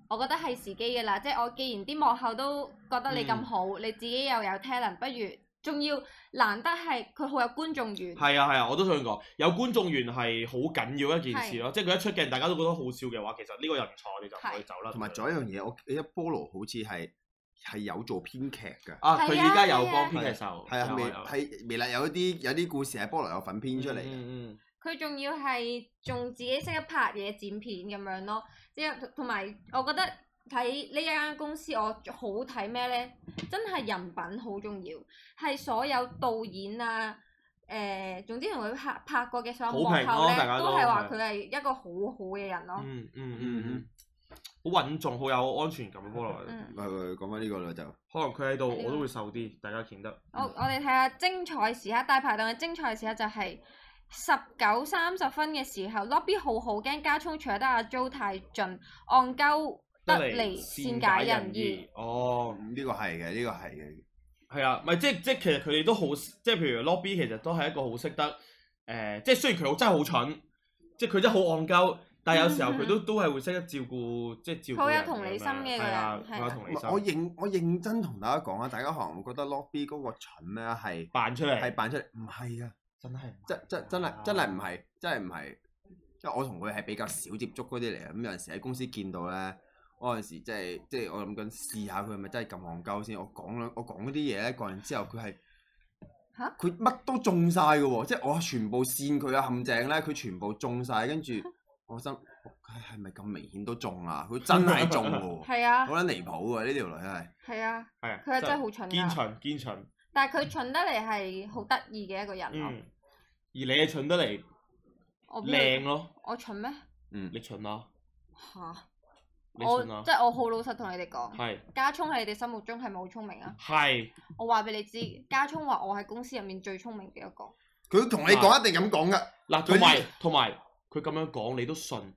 我覺得係時機嘅啦，即係我既然啲幕後都覺得你咁
嗯
好，你自己又有 talent，不如仲要難得係佢好有觀眾緣，
係啊係啊，我都想講有觀眾緣係好緊要一件事咯，即係佢一出鏡，大家都覺得好笑嘅話，其實呢個人唔錯，我哋就唔可以走啦。
同埋仲有一樣嘢，我記得菠蘿好似係係有做編劇㗎。
啊，佢
係啊
依家有
係啊
幫編劇手，
係啊，
有
微
有
係微辣有啲有啲故事係菠蘿有份編出嚟嘅，
嗯嗯
佢仲要係仲自己識得拍嘢剪片咁樣咯，即係同埋我覺得睇呢一間公司我好睇咩咧？真係人品好重要，係所有導演啊。誒、總之同佢拍拍過嘅所有
好
幕後
評
咧，
咯大家都
都係話
係
佢係一個好好嘅人咯。
嗯嗯嗯嗯嗯，好穩重，好有安全感嘅菠蘿。
嗯，
喂喂，講翻呢個啦就，
可能佢喺度，
係呢個
我都會瘦啲，大家見得。嗯
我我哋睇下精彩時刻，大排檔嘅精彩時刻就係十九三十分嘅時候，lobby 浩浩驚加聰除得阿 Jo 太盡，戇鳩得嚟善解人意。。
哦，
呢個係嘅，呢個係嘅，
係啊，咪即即其實佢哋都好，即係譬如 lobby 其實都係一個好識得誒、呃即係雖然佢好真係好蠢，即係佢真係好戇鳩，但係有時候佢都都係會識得照顧，即係照顧
好有
人
嗯同理心嘅
咁樣係啊，
個
好有
人係啊
同理
我
心，
認我認真同大家講啊，大家可能會覺得 Lobby 嗰個蠢咧係
扮出
係
嚟
扮出嚟，唔係啊，
真係
真真真係真係
啊
唔係，真係唔係，即係我同佢係比較少接觸嗰啲嚟嘅，咁有陣時喺公司見到咧，我有陣時即係即係我諗緊試下佢係咪真係咁戇鳩先，我講兩我講嗰啲嘢咧，講完之後佢係
吓
佢乜都中晒嘅喎，即係我全部線佢啊嘅陷阱咧，佢全部中晒， 跟住我心佢係咪咁明顯都中啊？佢真係中嘅喎，
係啊
好，撚離譜喎！呢條女係。
係啊，
係啊，
佢係真係好蠢
堅
㗎。
蠢堅蠢，
但係佢蠢得嚟係好得意嘅一個人
嗯
咯。，
而你係蠢得嚟
啊我邊
靚
度
咯，
我蠢咩？
嗯，
你蠢啊，
吓，
你
我
蠢啊
即，係我好老實同你哋講，
係
家聰喺你哋心目中係咪好聰 明啊？
係
我話俾你知，家聰話我喺公司入面最聰明嘅一個。
佢同你講一定咁講噶，
嗱，
佢
同埋
呢
同埋佢咁樣講你都信，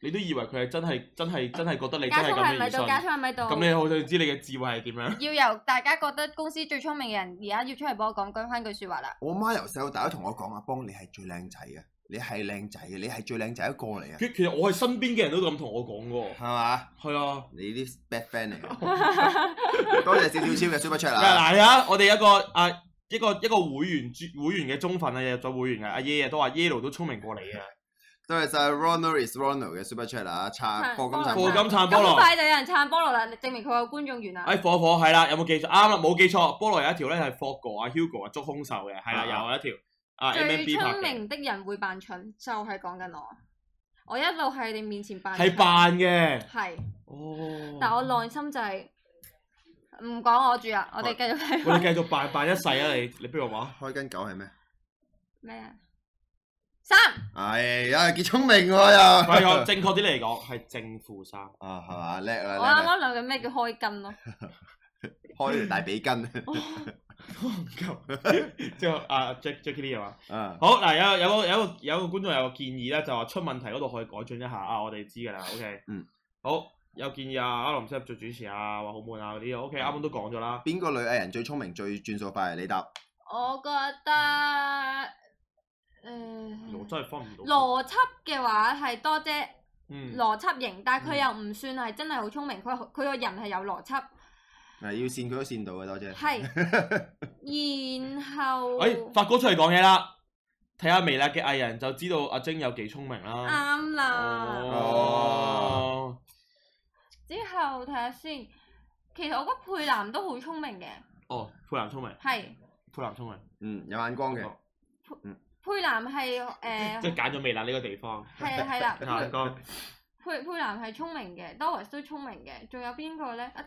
你都以為佢係真係真係真係覺得你真
家
係
聰
咁
係
樣
咪
而
到？家
信。
聰係咪到？
咁你好想知你嘅智慧係點樣？
要由大家覺得公司最聰明嘅人，而家要出嚟幫我講講翻句説話啦。
我媽由細到大都同我講阿邦你係最靚仔嘅，你係靚仔嘅，你係最靚仔一個嚟嘅，
其其實我係身邊嘅人都咁同我講嘅喎。
係嘛？
係啊，
你啲 bad friend 嚟嘅，多謝小小超嘅 super chat 啊！
嗱係啊，我哋一個啊一個一個會員會員嘅忠粉啊，入咗會員嘅阿耶啊都話 Yellow 都聰明過你啊。
多謝晒 Ronald is Ronald 嘅 super chat 啊！撐
撐
課金撐
課金撐菠
咁
蘿，
快就有人撐菠蘿啦，證明佢有觀眾緣啦。
哎火火係啦，有冇記錯？啱啦，冇記錯。菠蘿有一條咧係霍哥啊 Hugo 啊捉兇手嘅，係啦，
啊
有一條啊 M M
最
B 拍
聰
嘅，
明的人會扮蠢，就係講緊我。我一路喺你面前扮蠢
係扮嘅。
係，
哦。
但我內心就係唔講我住啊！我哋繼續睇
我哋繼續扮扮一世啊！你你不如話
開根狗係咩？
咩啊？三
哎呀，幾聰明喎
係
又
我正確啲嚟講係正負三。
啊，係嘛叻啦
我
叻
啱
啦，
啱諗緊咩叫開根咯，
開條大髀筋
之後啊 Jack Jackie Lee 係嘛？
啊！
好嗱，有有個有個有個觀眾有個建議咧，就話出問題嗰度可以改進一下啊！我哋知㗎啦，OK。
嗯。
好，有建議啊，阿林 Sir 做主持啊，話好悶啊嗰啲，OK，啱啱都講咗啦。
邊個女藝人最聰明最轉數快？你答
我覺得
我
誒
真係分唔到。
邏輯嘅話係多姐。
嗯。
邏輯型，但係佢又唔算係真係好聰明，佢佢個人係有邏輯，
係啊要線佢都線到嘅，多謝。
係。然後
哎，發哥出嚟講嘢啦，睇下微辣嘅藝人就知道阿晶有幾聰明啦。
啱啦。
哦。
之後睇下先，其實我覺得佩南都好聰明嘅，
哦，佩蘭聰明，
係
佩蘭聰明。
嗯，有眼光嘅，
佩南係
即
誒
係揀咗微辣呢個地方。
係啊係啦，
眼
佩
光
佩佩南係聰明嘅，Doris 都聰明嘅，仲有邊個咧？啊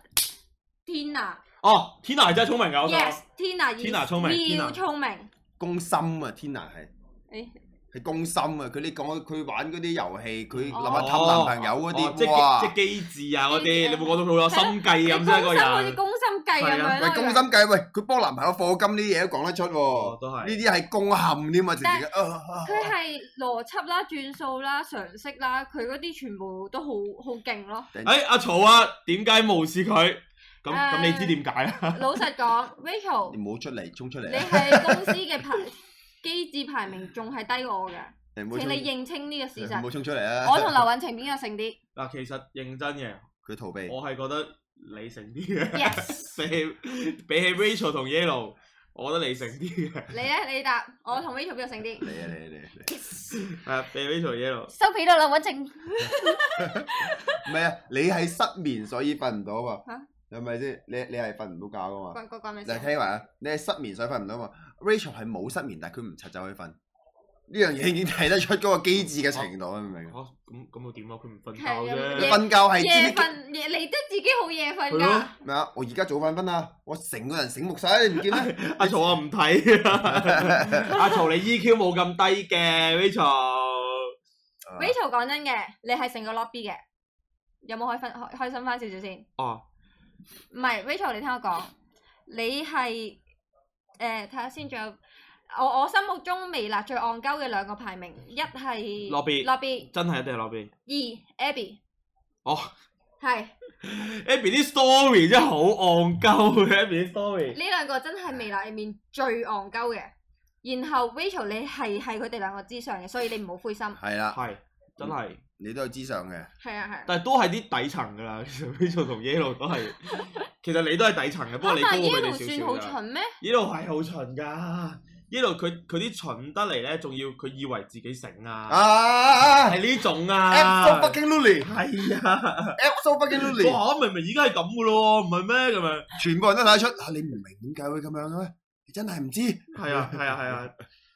Tina，yes
哦，Tina 係真係聰明㗎，我想講
Tina
Tina 聰明
要
Tina
聰明，
攻心啊，Tina 係
誒
係攻心啊！佢你講佢玩嗰啲遊戲，佢
哦
諗下氹男朋友嗰
哦即
啲，哇！
係機即係機智啊嗰
機智
啲，
啊
你冇講到佢有心計
你
咁
攻
啫，
心
個
好似
人啊
攻心計咁樣
喂，
咯。
攻心計，喂，佢幫男朋友課金呢啲嘢都講得出
哦
喎，
都係
呢。啲係攻陷添啊！直
但
情啊啊啊
佢係邏輯啦、轉數啦、常識啦，佢嗰啲全部都好好勁咯。
誒阿曹啊，點解無視佢？咁咁
誒
你知點解啊？
老 實講，Rachel，
你唔好出嚟，衝出
你
嚟啊！
喺公司嘅排 機智排名仲係低過我嘅，
你唔好
請
衝
你認清呢個事
唔好
實。
衝出嚟啊！
我同劉允晴邊個勝啲
嗱，其實認真嘅，
佢逃避，
我係覺得理性啲嘅， 比
？Yes，
起比起 Rachel 同 Yellow，我覺得理性啲嘅，
你咧你答，我同 Rachel 邊個勝啲
嚟啊嚟啊嚟啊嚟啊！
？Yes，
係啊，比起 Rachel Yellow，
收皮到劉允晴。
唔係啊，你係失眠所以瞓唔到啊嘛
嚇，
係咪先？你你係瞓唔到覺噶嘛？
關關關咩事
嗱，？聽話啊，你係失眠所以瞓唔到嘛？Rachel 係冇失眠，但係佢唔柒走去瞓，呢樣嘢已經睇得出嗰個機智嘅程度，你明唔明啊？
嚇咁咁又點啊？佢唔瞓覺
你
係
啫，
啊
瞓覺係
夜
知啲
瞓，夜你都自己好夜瞓
係咯
㗎。
咩啊？我而家早瞓瞓啦，我成個人醒目晒，你唔見咩？
阿曹我唔睇 啊，阿曹你 EQ 冇咁低嘅 Rachel，
Rachel 講真嘅，你係成個 lobby 嘅，有冇開分開開心翻少少先？
哦，
唔係 Rachel，你聽我講，你係誒睇下先，仲有我我心目中微辣最戇鳩嘅兩個排名，一係
Lobby
lobby，
真係一定係 Lobby，
二 Abby
哦
係呢
，Abby 啲 story 真係好戇鳩嘅，Abby 啲 story，
兩個真係微辣入面最戇鳩嘅。然後 Rachel 你係係佢哋兩個之上嘅，所以你唔好灰心。
係啦，
係真係。
你都有知上嘅，
係啊係啊。
但係都係啲底層㗎啦，其實 Rachel 同 Yellow 都係，其實你都係底層嘅，不過
啊
你高過
但
佢
Yellow
哋
算
少
好
少㗎。
蠢咩？
Yellow 係好蠢㗎，Yellow 佢佢啲蠢得嚟咧，仲要佢以為自己醒啊，
啊
係呢種
，Absol
啊，
fucking Lily，Absol
係 啊，
fucking Lily，
哇！明明已經係咁㗎咯喎，唔係咩咁樣？
全部人都睇得出啊！你唔明點解會咁樣嘅咩？你真係唔知，
係 啊，係啊，係啊，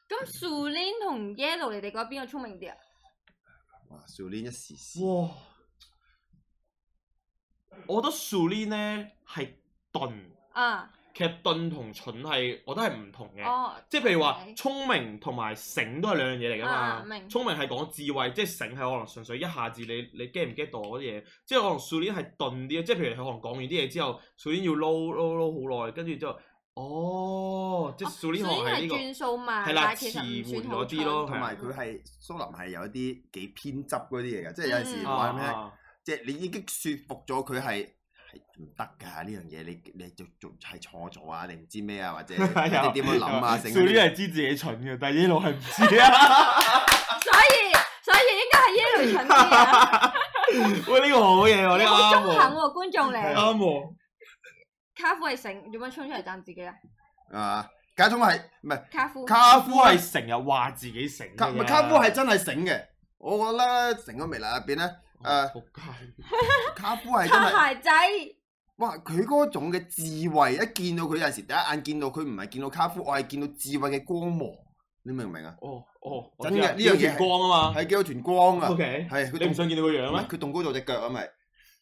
咁 Sulin 同 Yellow 你哋覺得邊個聰明啲啊？
哇！少年一時時，
哇！我覺得 Sulin 咧係鈍，
啊，
其實鈍同蠢係我覺得係唔同嘅。
哦，
即係譬如話
OK
聰明同埋醒都係兩樣嘢嚟㗎
啊
嘛。
明
聰明係講智慧，即係醒係可能純粹一下子你你 get 唔 get 到嗰啲嘢，即係可能 s u l i n 係鈍啲，即係譬如佢可能講完啲嘢之後 s u l i n 要撈撈撈好耐，跟住之後哦，即係 s u l i n 可能係呢、個
轉數慢，
係啦
但係其實唔算好
遲緩嗰啲咯啊
同埋佢係蘇林係有一啲幾偏執嗰啲嘢嘅，即係有陣時
嗯
話
啊
咩？
啊
即係你已經説服咗佢係係唔得㗎呢樣嘢，你你做做係錯咗啊，你唔知咩啊，或 者你點樣諗啊，成嗰
s u l i
啲
n 係知自己蠢嘅，但係 Yellow 係 唔知啊。
所以所以應該係 Yellow 蠢啲啊！
喂，呢、個好嘢喎，
你
呢、個
好中
啱
肯
喎，啊
喎，觀眾嚟。
啱喎。
卡夫係醒，做乜衝出嚟讚自己啊？
啊，卡通係唔係
卡夫
卡
卡
夫
夫
係
係成日話自己醒哦
卡唔
㗎
係卡夫係真係醒嘅，我覺得成個微辣入邊咧，誒
仆街。
卡夫係真係。
擦鞋仔，
哇！佢嗰種嘅智慧，一見到佢有陣時第一眼見到佢唔係見到卡夫，我係見到智慧嘅光芒，你明唔明啊？
哦哦，
真
我知啊
嘅呢樣嘢
見光啊嘛。
係幾有團光啊
O！K，
係佢
你唔
動
想見到個樣
唔係
咩？
佢動高咗只腳啊咪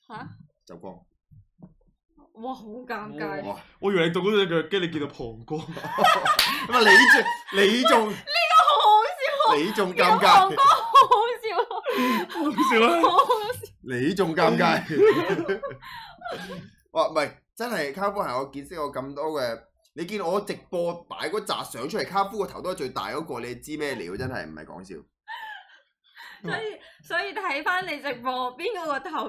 吓
就 光
哇好尷尬！
哇！
我以為你到嗰只腳，跟住你見到膀 胱。
咁啊你仲你
好
仲你仲尷
好
尬
笑，我，好
好笑
好笑，
啊！
好好笑。
你仲尷尬。
嗯
哇！唔係真係卡夫係我見識過咁多嘅，你見我直播擺嗰扎相出嚟，卡夫個頭都係最大嗰個，你知咩料？真係唔係講笑。
所以所以睇翻你直播，邊個個頭，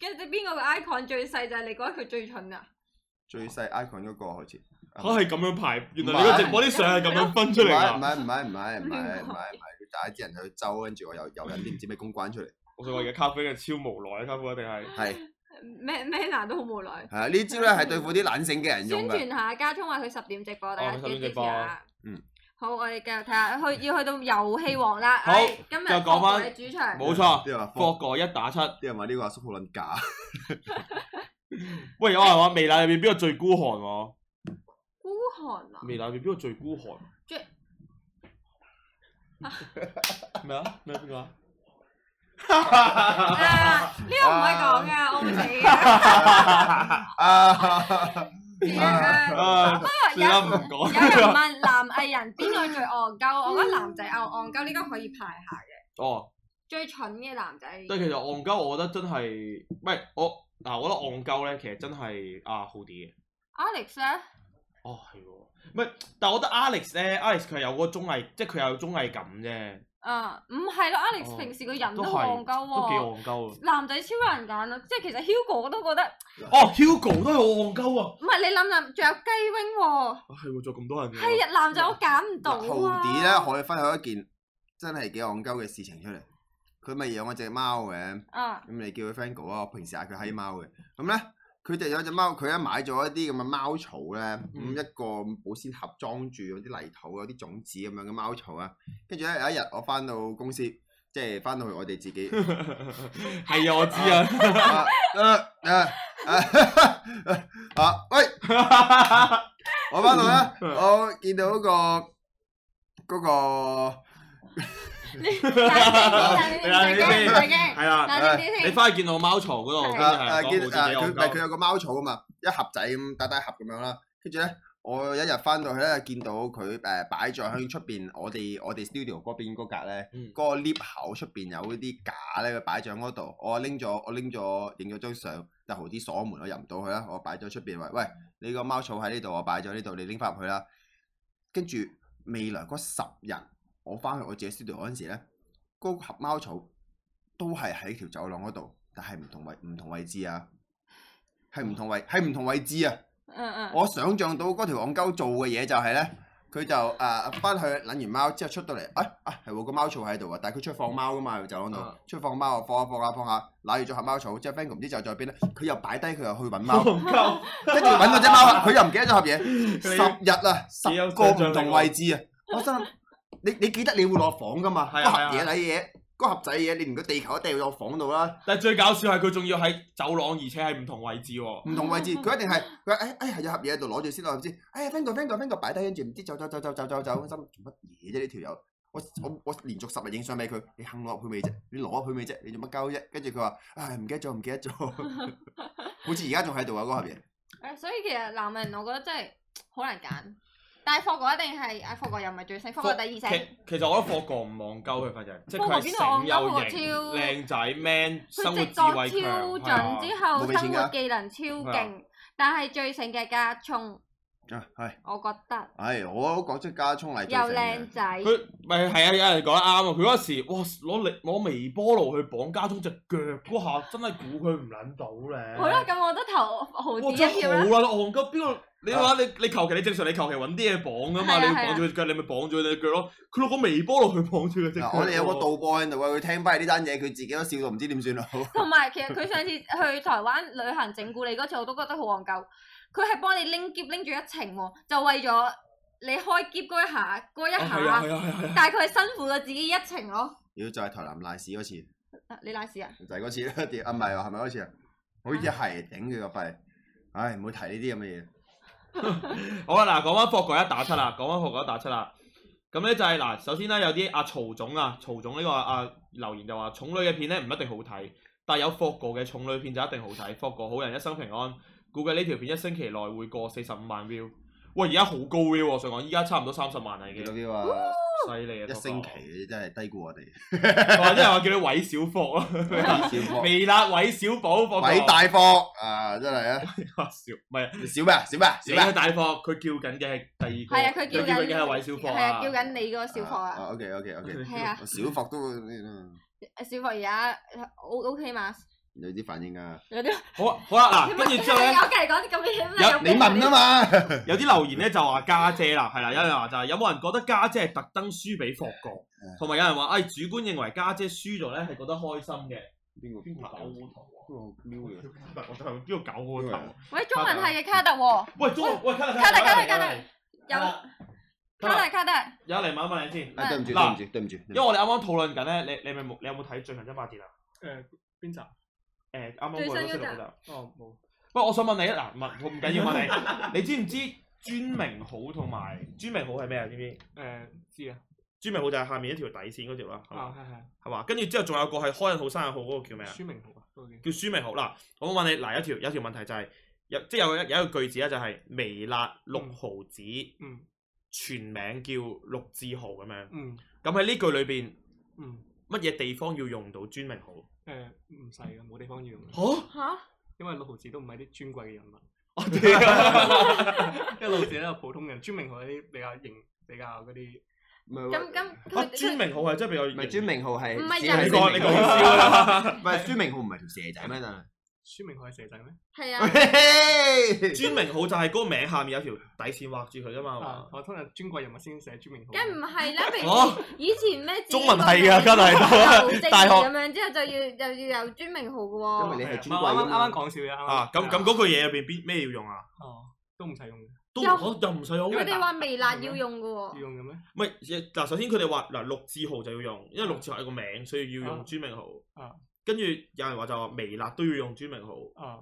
跟住邊個個 icon 最細就係你覺得佢最蠢啊？
最細 icon 嗰個好似。
嚇係咁樣排，原來
唔
你
係
個直播啲相係咁樣分
唔係唔係唔係唔係唔係唔係
出嚟
啊
㗎。
唔係唔 係，大家啲人去周，跟住我又又引啲唔知咩公關出嚟，
我想話而家咖啡係超無奈，咖啡一定係。
係
咩咩難都好無奈。
係啊！呢招咧係對付啲懶醒嘅人用
嗯宣
嘅，
傳下，家聰話佢十點直播，大家
哦10
記得
點
支
直
持
播嗯
下。
嗯。
好，我哋繼續睇下，去要去到遊戲王啦。
好
唉今日
就講返
復活嘅主場。
冇錯
啲，人話
霍
科，
哥一打七。
啲人話呢個阿叔好撚 假，
喂，有人話微辣入邊邊個最孤寒喎？
孤寒啊！
微辣入邊邊個最孤寒？
J-
咩啊？咩邊個啊？
啊，呢個唔可以講噶，我唔理
啊，
啊，
嘅。
算
不過
啦，唔講
有有 人問男藝人邊個最戇鳩，我覺得男仔戇戇鳩呢個可以排下嘅，
哦，
最蠢嘅男仔。
但係其實戇鳩，我覺得真係，唔係我嗱，我覺得戇鳩咧，其實真係啊好啲嘅。
Alex 咧，
哦，係喎，唔係，但係我覺得 Alex 咧，Alex 佢係有嗰個綜藝，即係佢有綜藝感啫，
啊，唔係咯，Alex
哦
平時個人
都
都
係都
戇鳩
幾戇
喎。
鳩啊。
男仔超難揀咯，即係其實 Hugo 我都覺得，
哦，Hugo 都係好戇鳩啊。
唔係你諗諗，仲有雞 wing 喎，
啊係喎，仲有咁多人
係
嘅。
啊，男仔我揀唔到
豪
啊。
啲咧可以分享一件真係幾戇鳩嘅事情出嚟。佢咪養咗只貓嘅，
啊，
咁你叫佢 Fango 啊，我平時嗌佢閪貓嘅。咁咧，佢就有隻貓，佢咧買咗一啲咁嘅貓草咧，咁、
嗯
一個保鮮盒裝住有啲泥土、有啲種子咁樣嘅貓草啊。跟住咧有一日我翻到公司，即係翻到去我哋自己。
係啊，我知啊。
啊啊啊啊啊！喂，我翻到咧，我見到嗰個嗰個
你 睇睇
睇下先
睇睇
啊
驚，
係啊啦，
睇下先
你
先。
翻去見到我貓槽嗰度，跟住
啊啊
係
見
講
啊佢
佢
咪佢有個貓草啊嘛，一盒仔咁大大盒咁樣啦，跟住咧。我有一日翻到去咧，見到佢誒擺咗喺出邊，我哋我哋 studio 嗰邊嗰格咧，
嗯
嗰個 lift 口出邊有啲架咧，佢擺咗喺嗰度。我拎咗我拎咗影咗張相，但豪啲鎖門我入唔到去啦，我擺咗出邊喂喂，你個貓草喺呢度，我擺咗呢度，你拎翻入去啦。跟住未來嗰十日，我翻去我自己 studio 嗰陣時咧，嗰盒貓草都係喺條走廊嗰度，但係唔同位唔同位置啊，係唔同位係唔同位置啊。
嗯嗯，
我想象到嗰條戇鳩做嘅嘢就係咧，佢就誒翻去撚完貓之後出到嚟，啊啊係喎個貓草喺度啊，但係佢出去放貓噶嘛，就喺度
啊
出去放貓啊，放下放下放下，揦住咗盒貓草，之後 Fango 唔知就在邊咧，佢又擺低佢又去揾貓，
戇鳩，
跟住揾到只貓啦，啊佢又唔記得咗盒嘢， 十日啊，十
你有
個
想像
唔
力
同
喎
位置啊，我心諗你你記得你會落房噶嘛，
係
嗰
啊
盒
係啊
嘢嚟嘢，嗰盒仔嘢你唔個地球一掉落房度啦。
但係最搞笑係佢仲要喺走廊，而且係唔同位置 喎。
唔同位置，佢一定係佢誒誒有盒嘢喺度攞住先攞住先，哎呀 f r i e n d 個 f r i e n d 個 f r i e n d 個擺低，跟住唔知走走走走走走走，心諗做乜嘢啫呢條友？我我我連續十日影相俾佢，你肯攞入去未啫？你攞入去未啫？你做乜鳩啫？跟住佢話：唉，唔記得咗，唔記得咗。好似而家仲喺度啊，嗰盒嘢。
誒，所以其實男人我覺得真係好難揀，但係霍哥一定係，啊霍哥又唔係最醒，霍哥第二
其
醒，
其實我覺得霍哥唔戇鳩佢份人，即係
霍
佢
哥
係
邊
醒
度
又
戇鳩啊
型、
我超
靚仔、man、生活
佢直
智慧強，係啊
覺超準之後，
冇俾錢
生
㗎
活技能超勁，但係最醒嘅家聰，
啊，係，
我覺得
唉，我都講出家聰係最
又
正
靚
嘅。
仔，
佢咪係啊！有人講得啱啊！佢嗰時哇攞力攞微波爐去綁家中隻腳嗰下，真係估佢唔撚到咧。
好啦，咁我都投豪子
哇！
一
真係
票
好啊
啦，
啦，戇鳩邊個？你話你你求其你正常你求其揾啲嘢綁噶嘛？
啊係啊
你
係
綁
啊
住佢腳，你咪綁住佢隻腳咯。佢攞個微波爐去綁住佢隻腳
嗱
喎。
啊我哋有個導播喺度啊，佢聽翻呢單嘢，佢自己都笑到唔知點算 好。
同埋其實佢上次去台灣旅行整蠱你嗰次，我都覺得好戇鳩，佢係幫你拎篋拎住一程喎，就為咗你開篋嗰一下嗰一
啊係啊
下，
係啊係啊！
但係佢係辛苦咗自己一程咯，
要再台南賴屎嗰次。
啊你拉屎啊？
就係嗰次啦，屌啊唔係喎，係咪嗰次啊？好似係頂佢個肺，唉，唔好提呢啲咁嘅嘢。
好啦，嗱，講翻霍國一打七啦，講翻霍國一打七啦。咁咧就係、嗱，首先咧有啲阿曹總啊，曹總呢、個啊留言就話重女嘅片咧唔一定好睇，但有霍國嘅重女片就一定好睇。霍國好人一生平安，估計呢條片一星期內會過四十五萬 view。喂，而家好高 view 喎，上講依家差唔多三十萬啦已
幾
經
多，view 啊？
犀利啊！
一星期
霍國，
真係低估我 哋。
哇有人話叫你韋小霍啊，
小博，
微辣韋小寶，霍國
偉大博啊，真係啊！
小，唔係
你小咩啊？小咩啊？
你
小咩
嘅
啊？
大霍，佢叫緊嘅係第
係
二
啊，
個，
佢叫
叫
緊
緊嘅係韋小霍
係啊，
啊
叫。緊你個小貨啊，
OK OK OK。
係啊，
小博都會
小貨而家 O O K 嘛？
有啲反應啊！
有啲
好啊好啦，嗱，跟住之 後咧
我。繼續講啲咁嘅嘢嘛
有
有
你問啊嘛，
有啲留言咧就話家姐啦，係啦，有人話就係有冇人覺得家姐係特登輸俾霍國，同埋有人話，哎，主觀認為家姐輸咗咧係覺得開心嘅。
邊個
邊個搞烏
頭？邊個撩
頭？我就係邊個搞我頭？
喂，中文系嘅卡特喎，
喂，中文，喂，卡特
卡
卡
特
特
卡特
卡
卡特
特，
有
卡
卡特
特，
卡特，
有嚟問一問你先，
啊？對唔住，對唔
嗱
住，對唔住。
因為我哋啱啱討論緊咧，你你咪冇，你有冇睇最近一馬電啊？
誒邊集？
誒，啱啱
最
過咗
新嗰
先
集
啦。
哦，冇。
不過我想問你啊，嗱，問我唔緊要 問你，你知唔知專名好同埋專名好係咩啊？知唔知？
誒知啊。
朱明浩就係下面一條底線嗰條啦，係
啊
嘛？
係係
係嘛？跟住之後仲有個係開印號、生日號嗰個叫咩啊？
書名號啊，都叫
叫書名好嗱，我問你嗱，有條有條問題就係、有即係有有一個句子咧，就係微辣六毫子，
嗯
全名叫陸志豪咁樣。
嗯
咁喺呢句裏邊，
嗯
乜嘢地方要用到專名號？
誒唔使嘅，冇地方用嘅，啊
嚇！
嚇
因為六毫子都唔係啲尊貴嘅人物，
我屌！
因為六毫子都係普通人，專名號係啲比較型、比較嗰啲
唔係
咁
喎
咁
啊，
佢
專
佢
名號係真係比較
唔係專名號係
唔係
只
人
係
你講
專
你
名
講
號
笑啊啦。
啊唔係專名號唔係條蛇仔咩？真係
書名號係蛇仔咩？
係 啊，
專
專名號就係嗰個名下面有條底線畫住佢噶嘛係
啊
嘛，，
我通常尊貴人物先寫專名號。
梗唔 係啦，平時
哦，
以前咩自己
中文係㗎真係
個名
大學
咁樣之後就要又要有專名號嘅
因為
喎，
你係
唔係
專
我
櫃
啱啱啱啱
啊
講笑嘅啱啱
啊，咁咁嗰句嘢入邊邊咩要用啊？
哦，都唔使用嘅，
都
又
我又唔使用。
佢哋話微辣要用嘅
要
喎，
用嘅咩？
唔係嗱，首先佢哋話嗱，陸志豪就要用，因為陸志豪係個名，所以要
啊
用專名號
啊。
跟住有人話就話微辣都要用專名號，
啊，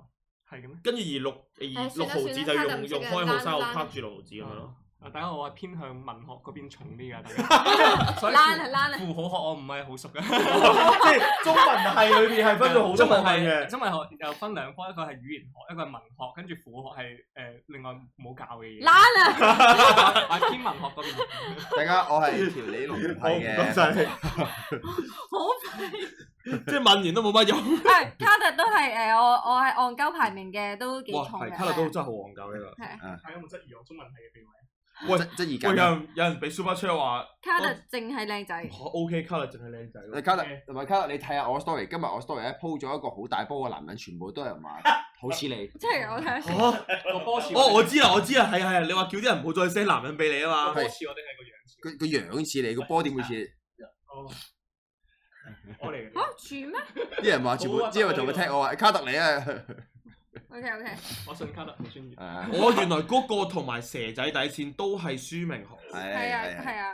係嘅咩？
跟住而六而
唉
六
算啦
毫子就
算啦
用用
真係唔識嘅
開號、
單
三號
單
框住六毫子咁樣咯。
啊，大家我係偏向文學嗰邊重啲㗎，大家。所以
懶係懶係
符符號學我唔係好熟啊嘅。
即係中文系裏邊係分咗好多
中
部
文
分嘅
係，中文學又分兩科，一個係語言學，一個係文學，跟住符號學係誒另外冇教嘅嘢。
懶啊！
我係偏文學嗰邊。
大家我係條理龍系
我唔該
嘅，
晒你。
好，
即係問完都冇乜用。
係卡特都係誒，我我係戇鳩排名嘅，都幾
哇，
重
係
嘅。
卡勒高真係好戇鳩呢
係有冇質疑我中文系嘅地位？
喂，質疑
個。喂，有
緊。
人有人俾 Super Chat 話
卡特淨係靚仔，
我 OK，卡勒淨係靚仔
你
喎。
卡特同埋卡特，你睇下我 story，今日我 story 咧鋪咗一個好大波嘅男人，全部都有人話好似你。
即係我睇下先。
嚇！
個波似
哦，我知啦，我知啦，係係係，你話叫啲人唔好再 send 男人俾你啊
個
嘛。
波似我定係個樣似哦
個個樣似你，個波點會似你？
我嚟嘅。
嚇似咩
啲人話全部
好啊，
之後同佢踢我話卡特你 啊，
？OK OK，
我信卡特好專業。
係啊
我原來嗰個同埋蛇仔底線都係書名號。
係啊
係係
係啊，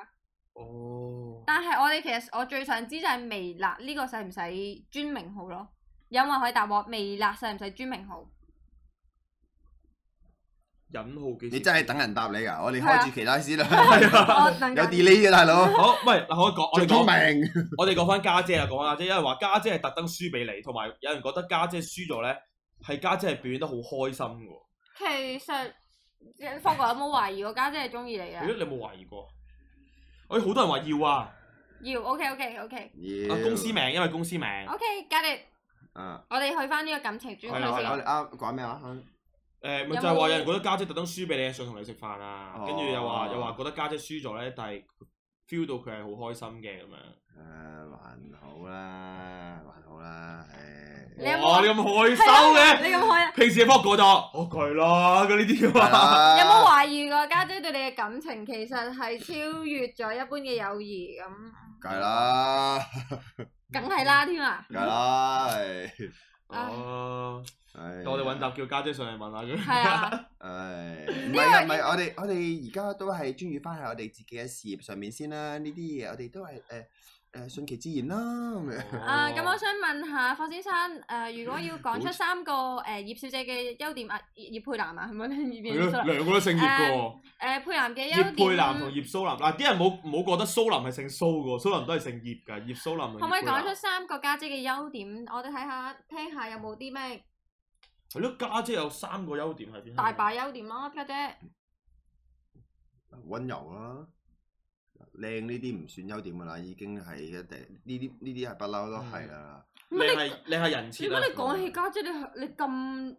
哦，
但係我哋其實我最想知就係微辣呢個使唔使專名號咯？有冇人可以答我微辣使唔使專名 號？
引號幾時？
你真係等人答你噶，我哋
啊
開住其他先啦，
我能
有
夠
delay 嘅大佬，
好，唔係嗱，我講啊我
最
哋
聰
講，
明。
我哋講翻家姐啦，講翻家姐，因為話家姐係特登輸俾你，同埋有人覺得家姐輸咗咧，係家姐係表現得好開心嘅喎。
其實霍哥有冇懷疑我家姐係中意你啊
咦
嘅？
你有冇懷疑過？哎，好多人話要啊，
要 OK OK OK
啊公司名，因為公司名
OK，家姐，
啊，
我哋去翻呢個感情專區
係啦
我
係
先
啦。
哋啱講咩話？
誒，咪
有
就係話
冇
有人覺得家姐特登輸俾你，想同你食飯啊，跟住又話
哦
又話覺得家姐輸咗咧，但係 feel 到佢係好開心嘅咁樣。
誒，呃還好啦，還好啦，唉。
你有冇
哇！你咁害羞嘅，
你咁開啊！
平時係幫我講就哦佢啦，佢呢啲
係
嘛。
啦
有冇懷疑過家姐對你嘅感情其實係超越咗一般嘅友誼咁？
梗係啦，
梗係
嗯
啦添啊！
梗係啦，係。
哦，
唉
我哋揾集叫家姐上嚟問下佢。
係 啊，
唉，唔係啊，唔係，我哋我哋而家都係專注翻喺我哋自己嘅事業上面先啦。呢啲嘢我哋都係誒誒順其自然啦。咁樣
哦
啊咁我想問下霍先生，誒如果要講出
好
三個誒葉小姐嘅優點啊，葉葉佩蘭啊，係咪葉
係
葉
咯
蘇
兩個都姓葉嘅喎，
誒呃佩蘭嘅
葉
優
佩南同
點，
葉
啊
蘇南嗱，啲人冇冇覺得蘇南係姓蘇嘅喎，蘇南都係姓葉㗎，葉蘇南同
可唔可以
葉
講
佩南
出三個家姐嘅優點？我哋睇下聽下有冇啲咩
係咯，家姐有三個優點係邊？
大把優點啊啦，家姐。
温柔啦，靚呢啲唔算優點噶啦，已經係一定呢啲呢啲係不嬲都係啦。
你係你係人
如
設
果
啊
你！講起家姐，你你咁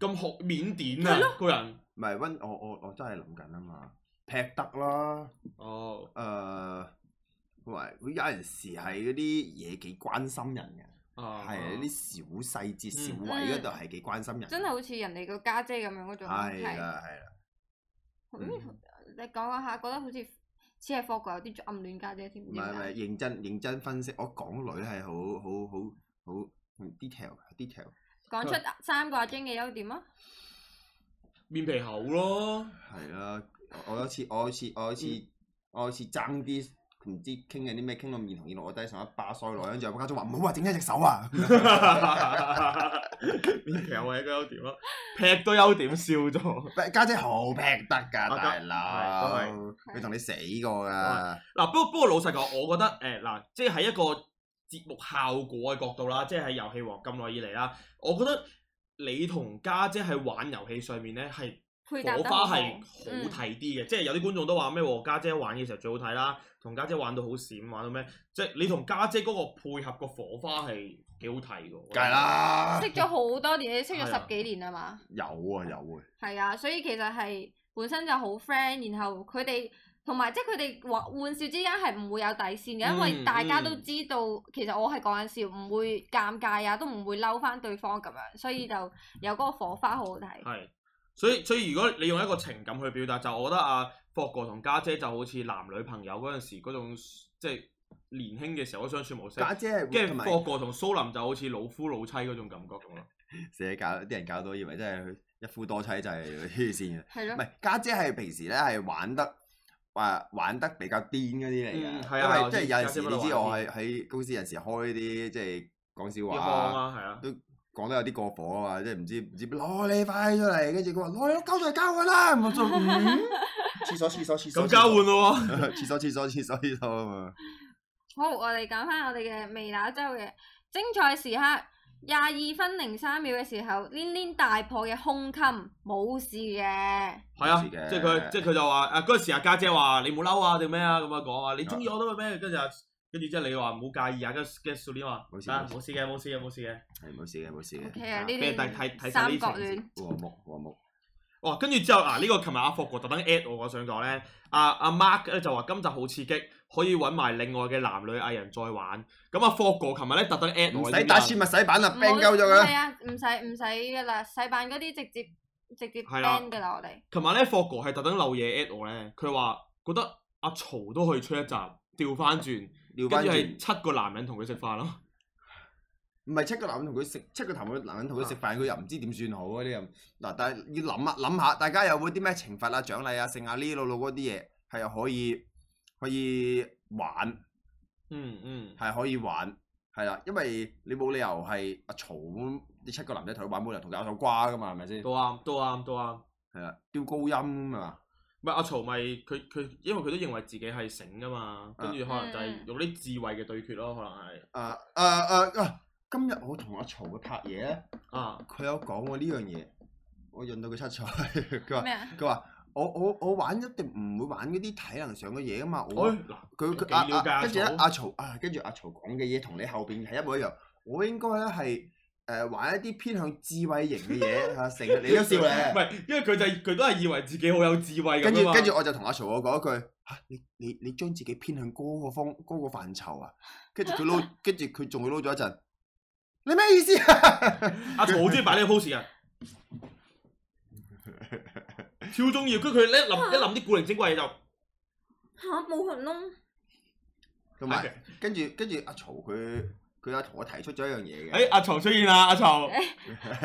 咁學緬甸啊，個人
唔係温，我我我真係諗緊啊嘛，劈得啦，
哦
誒呃同埋佢有陣時係嗰啲嘢幾關心人嘅。
啊
係啊啲小細節、小位嗰度係幾關心人。
真係好似人哋個家姐咁樣嗰種，
係
啊
係
啦，係啦。
咁
嗯
你講講下，覺得好似似係霍哥有啲暗戀家姐添，
唔
唔知
係
點啊
唔係，
解
認真認真分析，我港女係好好好好嗯 detail detail。
講出三個阿晶嘅優點啊！
面皮厚咯，
係啦，我我有次我有次我有次我有次爭啲唔知傾緊啲咩，傾到面紅耳綠，我低上一巴腮落，跟住有家長話唔好啊，整親隻手啊！
呢其實我係一個優點咯，劈都優點笑咗。
家姐好劈得㗎，大
啊
佬
都，
佢同你死過㗎。
嗱，不過不過老實講，我覺得誒嗱、即係喺一個節目效果嘅角度啦，即係喺遊戲王咁耐以嚟啦，我覺得你同家姐喺玩遊戲上面咧係。
配搭
火
得
花
好嗯
係好睇啲嘅，即係有啲觀眾都話咩和家姐玩嘅時候最好睇啦，同家姐玩到好閃，玩到咩？即係你同家姐嗰個配合個火花係幾好睇嘅。
梗係，啦，
識咗好多年，識
係
咗
啊
十幾年啊嘛。
有啊有啊，
係啊，所以其實係本身就好 friend，然後佢哋同埋即係佢哋玩玩笑之間係唔會有底線嘅，因為
嗯
大家都
嗯
知道其實我係講緊笑，唔會尷尬啊，都唔會嬲翻對方咁樣，所以就有嗰個火花好好睇。
係。所以所以如果你用一個情感去表達，就我覺得啊，霍哥同家姐就好似男女朋友嗰陣時嗰種，即係年輕嘅時候嗰種相處模式。
家姐係會
跟
同
住
埋
霍哥同蘇林就好似老夫老妻嗰種感覺咁咯。
社搞啲人搞到以為真係一夫多妻制黐線嘅。
係
唔
咯，
係家姐係平時咧係玩得話玩得比較癲嗰啲嚟
嗯
嘅，
係啊
因為
我
即係
知
有陣
家姐
時
不嬲
你知我
玩
喺喺公司有陣時開啲即係講
要
笑話
幫
啊，
啊，係啊。
講得有啲過火啊嘛，即係唔知唔知攞你快出嚟，跟住佢話攞你交出嚟交換啦，咁我就 嗯廁所廁所廁所
咁交換
廁
咯喎。
所 廁所廁所廁所廁所啊嘛，
好，我哋揀翻我哋嘅微打周嘅精彩時刻。廿二分零三秒嘅時候，連連大破嘅胸襟，冇事嘅。
係啊，
冇事嘅
即係佢，即係佢就話誒嗰陣時阿家姐話你冇嬲啊定咩啊咁樣講啊，你中意我都咩？跟住啊跟住之後你話唔好介意啊，跟住跟住 Suri 話
冇事
啊
冇事
冇事嘅冇事嘅冇事嘅，
係冇事嘅冇事
O
嘅，
K 啊，呢
俾人睇睇
啲
睇晒呢
三
啲
角
情節
戀。
和睦和睦，
哇！跟住之後嗱呢個琴日阿霍哥特登 at 我，我想講咧，阿阿 Mark 咧就話今集好刺激，可以揾埋另外嘅男女藝人再玩。咁啊霍哥琴日咧特登 at
唔
我，
使打切，咪洗版啦
唔好
，ban 鳩咗佢
係
啦，
啊，唔使唔使噶啦，洗版嗰啲直接直接
係啦
ban 噶啦，我哋。
琴日咧霍哥係特登漏嘢 at 我咧，佢話覺得阿曹都可以出一集，調翻轉，
調
跟
翻
住
轉
係。七個男人同佢食飯咯。
唔係七個男人同佢食，七個男人男人同佢食
啊
飯，佢又唔知點算好嗰啲又嗱，但係要諗啊諗下，大家有冇啲咩懲罰啊、獎勵啊、剩啊呢路路嗰啲嘢係可以可以玩，
嗯嗯，
係可以玩，係啦，因為你冇理由係阿曹咁，你七個男仔同佢玩冇理由同佢拗手瓜噶嘛，係咪先？
都啱都啱都啱。
係啦，飆高音啊嘛，
唔係阿曹咪佢佢，因為佢都認為自己係醒噶嘛，跟住可能就係
嗯
用啲智慧嘅對決咯，可能係
啊啊啊啊！今日我同阿曹嘅拍嘢咧，
啊
佢有講過呢樣嘢，我潤到佢七彩，佢話。
咩啊？
佢話：我我我玩一定唔會玩嗰啲體能上嘅嘢噶嘛，我
哎嗱
佢
幾
佢啊
了解
啊
阿
跟住咧
曹
阿曹啊，跟住阿曹講嘅嘢同你後邊係一模一樣，我應該咧係誒玩一啲偏向智慧型嘅嘢啊，成日你都笑
唔
咧。
係，因為佢就係佢都係以為自己好有智慧
跟
咁
住
啊嘛
跟住我就同阿曹我講一句嚇、啊你你你將自己偏向嗰個方嗰、個範疇啊，跟住佢撈， 跟住佢仲會撈咗一陣，你咩意思啊？
阿曹好中意擺呢個 pose 嘅，超中意。跟住佢一諗一諗啲古靈精怪嘢就
嚇冇痕窿，
同
哎
埋跟住跟住阿曹佢佢有同我提出咗一樣嘢嘅
誒，哎阿曹出現啦，阿曹。
誒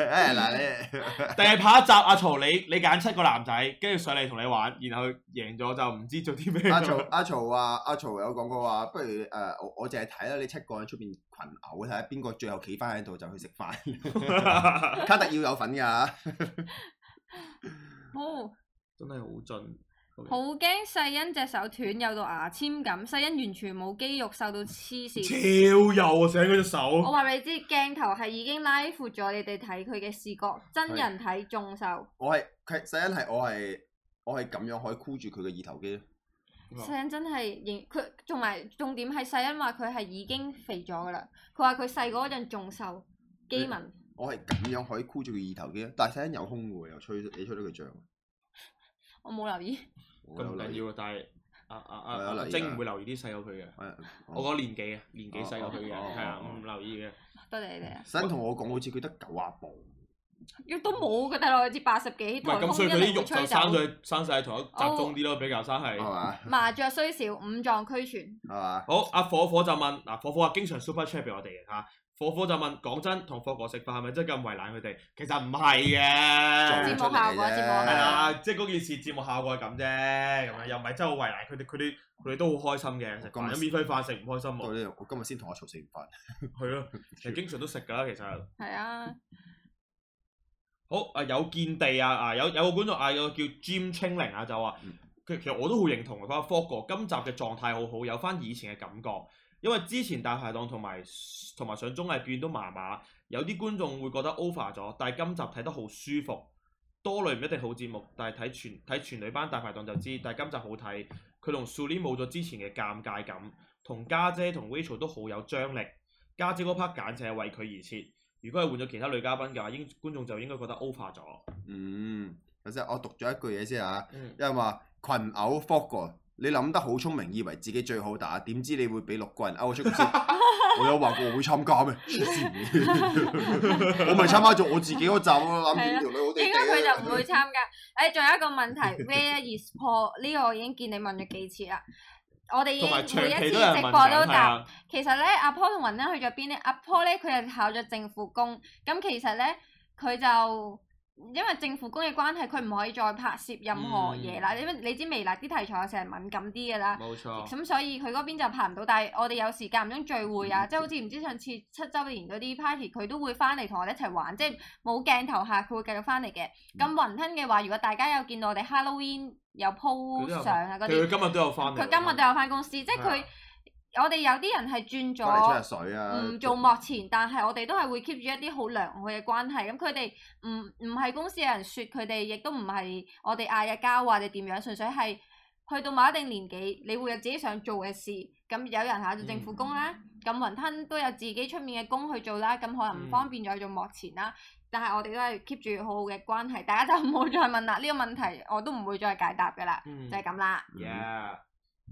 嗱你。
第日拍一集阿曹你你揀七個男仔，跟住上嚟同你玩，然後贏咗就唔知做啲咩。
阿曹阿曹話阿曹有講過話，不如誒、呃我我淨係睇啦，你七個人出邊群毆睇下邊個最後企翻喺度就去食飯。 卡特要有份㗎，
好
真係好盡。
好驚細欣隻手斷，有到牙籤咁，細欣完全冇肌肉，瘦到黐
超
線。
幼啊！醒嗰隻
我
手，
話俾你知，鏡頭係已經拉闊咗你哋睇佢嘅視覺，真人睇仲瘦。
我係佢細欣係我係我係咁樣可以箍住佢嘅二頭肌。
細欣真係認佢，仲埋重點係細欣話佢係已經肥咗噶啦。佢話佢細嗰陣仲瘦，肌紋。
我係咁樣可以箍住佢二頭肌，但係細欣有胸嘅喎，又吹你吹到佢脹。啊
我冇留意，
我
咁
有
唔
留意
緊要啊，但係阿阿
我有
阿
留
阿
意
晶
啊
唔會留意啲細過佢嘅。
係
我
我
講年紀啊，年紀細過佢嘅，
哦哦
係啊，
哦
唔留意嘅。
多謝你哋啊！
細欣同我講好似佢得九啊磅，
亦都冇嘅，大佬，至八十幾
唔
台
係咁，所以
風一
佢啲
定
肉就
會吹
生
走。哦
咗生晒同一集中啲咯，比較生係
係。嘛
麻雀雖小，五臟俱全。
係嘛？
好，阿火火就問嗱，火火啊，經常 super chat 俾我哋嘅嚇，火火就問講真，同霍哥食飯係咪真係咁為難佢哋？其實唔係嘅，
做節目效果節目效果
係啦，即係嗰件事節目效果係咁啫，咁樣又唔係真係好為難佢哋，佢哋佢哋都好開心嘅，食
咁
飯有免費飯食唔開心喎，
我我今日先同阿曹食完飯，
係咯，其實經常都食㗎啦，其實。
係啊，
好啊，有見地啊啊，有有個觀眾啊，有個叫 Jim 清零啊，就話
嗯
其其實我都好認同佢話 f o g 哥今集嘅狀態好好，有翻以前嘅感覺。因為之前大排檔同埋同埋上綜藝表現都麻麻，有啲觀眾會覺得 over 咗，但係今集睇得好舒服。多類唔一定好節目，但係睇全睇全女班大排檔就知。但係今集好睇，佢同 s u l i 冇咗之前嘅尷尬感，同家姐同 Rachel 都好有張力。家姐嗰 part 簡直係為佢而設。如果係換咗其他女嘉賓嘅話，應觀眾就應該覺得 over 咗。
嗯，頭先我讀咗一句嘢先嚇，
嗯，
有人話群毆 fog 你諗得好聰明，以為自己最好打，點知你會俾六個人勾出局先。 我有話過我會參加咩？黐線 我咪參加咗我自己嗰集咯，諗
係啊
點條女好地
應該佢
地啊
就唔會參加。誒，仲有一個問題，Where is Paul？呢個我已經見你問咗幾次啦。我哋已
同
經
埋長
嗯每一
期
次
都有人
直
問
播都
緊，係
答。
啊，
其實咧，阿 Paul 同雲咧去咗邊咧？阿 Paul 咧佢係考咗政府工，咁其實咧佢就因為政府工嘅關係，佢唔可以再拍攝任
嗯
何嘢啦。因為你知微辣啲題材有時係敏感啲嘅啦。
啊冇錯。
咁所以佢嗰邊就拍唔到，但係我哋有時間唔中聚會
嗯
啊，即係好似唔知上次七周年嗰啲 party，佢都會翻嚟同我哋一齊玩，即係冇鏡頭下佢會繼續翻嚟嘅。
嗯
咁雲吞嘅話，如果大家有見到我哋 Halloween 有
佢都有
po 相啊嗰
佢
啲，
今日都有翻嚟。
佢今日都有翻公司，即係
係
佢我哋有啲人係轉
翻嚟吹下
咗
水啊！
唔做幕前，但係我哋都係會 keep 住一啲好良好嘅關係。咁佢哋唔唔係公司有人説佢哋，亦都唔係我哋嗌嘅交或者點樣，純粹係去到某一定年紀，你會有自己想做嘅事。咁有人考做政府工啦，咁、雲吞都有自己出面嘅工去做啦，咁可能唔方便再做幕前啦。但係我哋都係 keep 住好好嘅關係，大家就唔好再問啦。呢、個問題我都唔會再解答噶啦，
嗯
就係咁啦。
Yeah，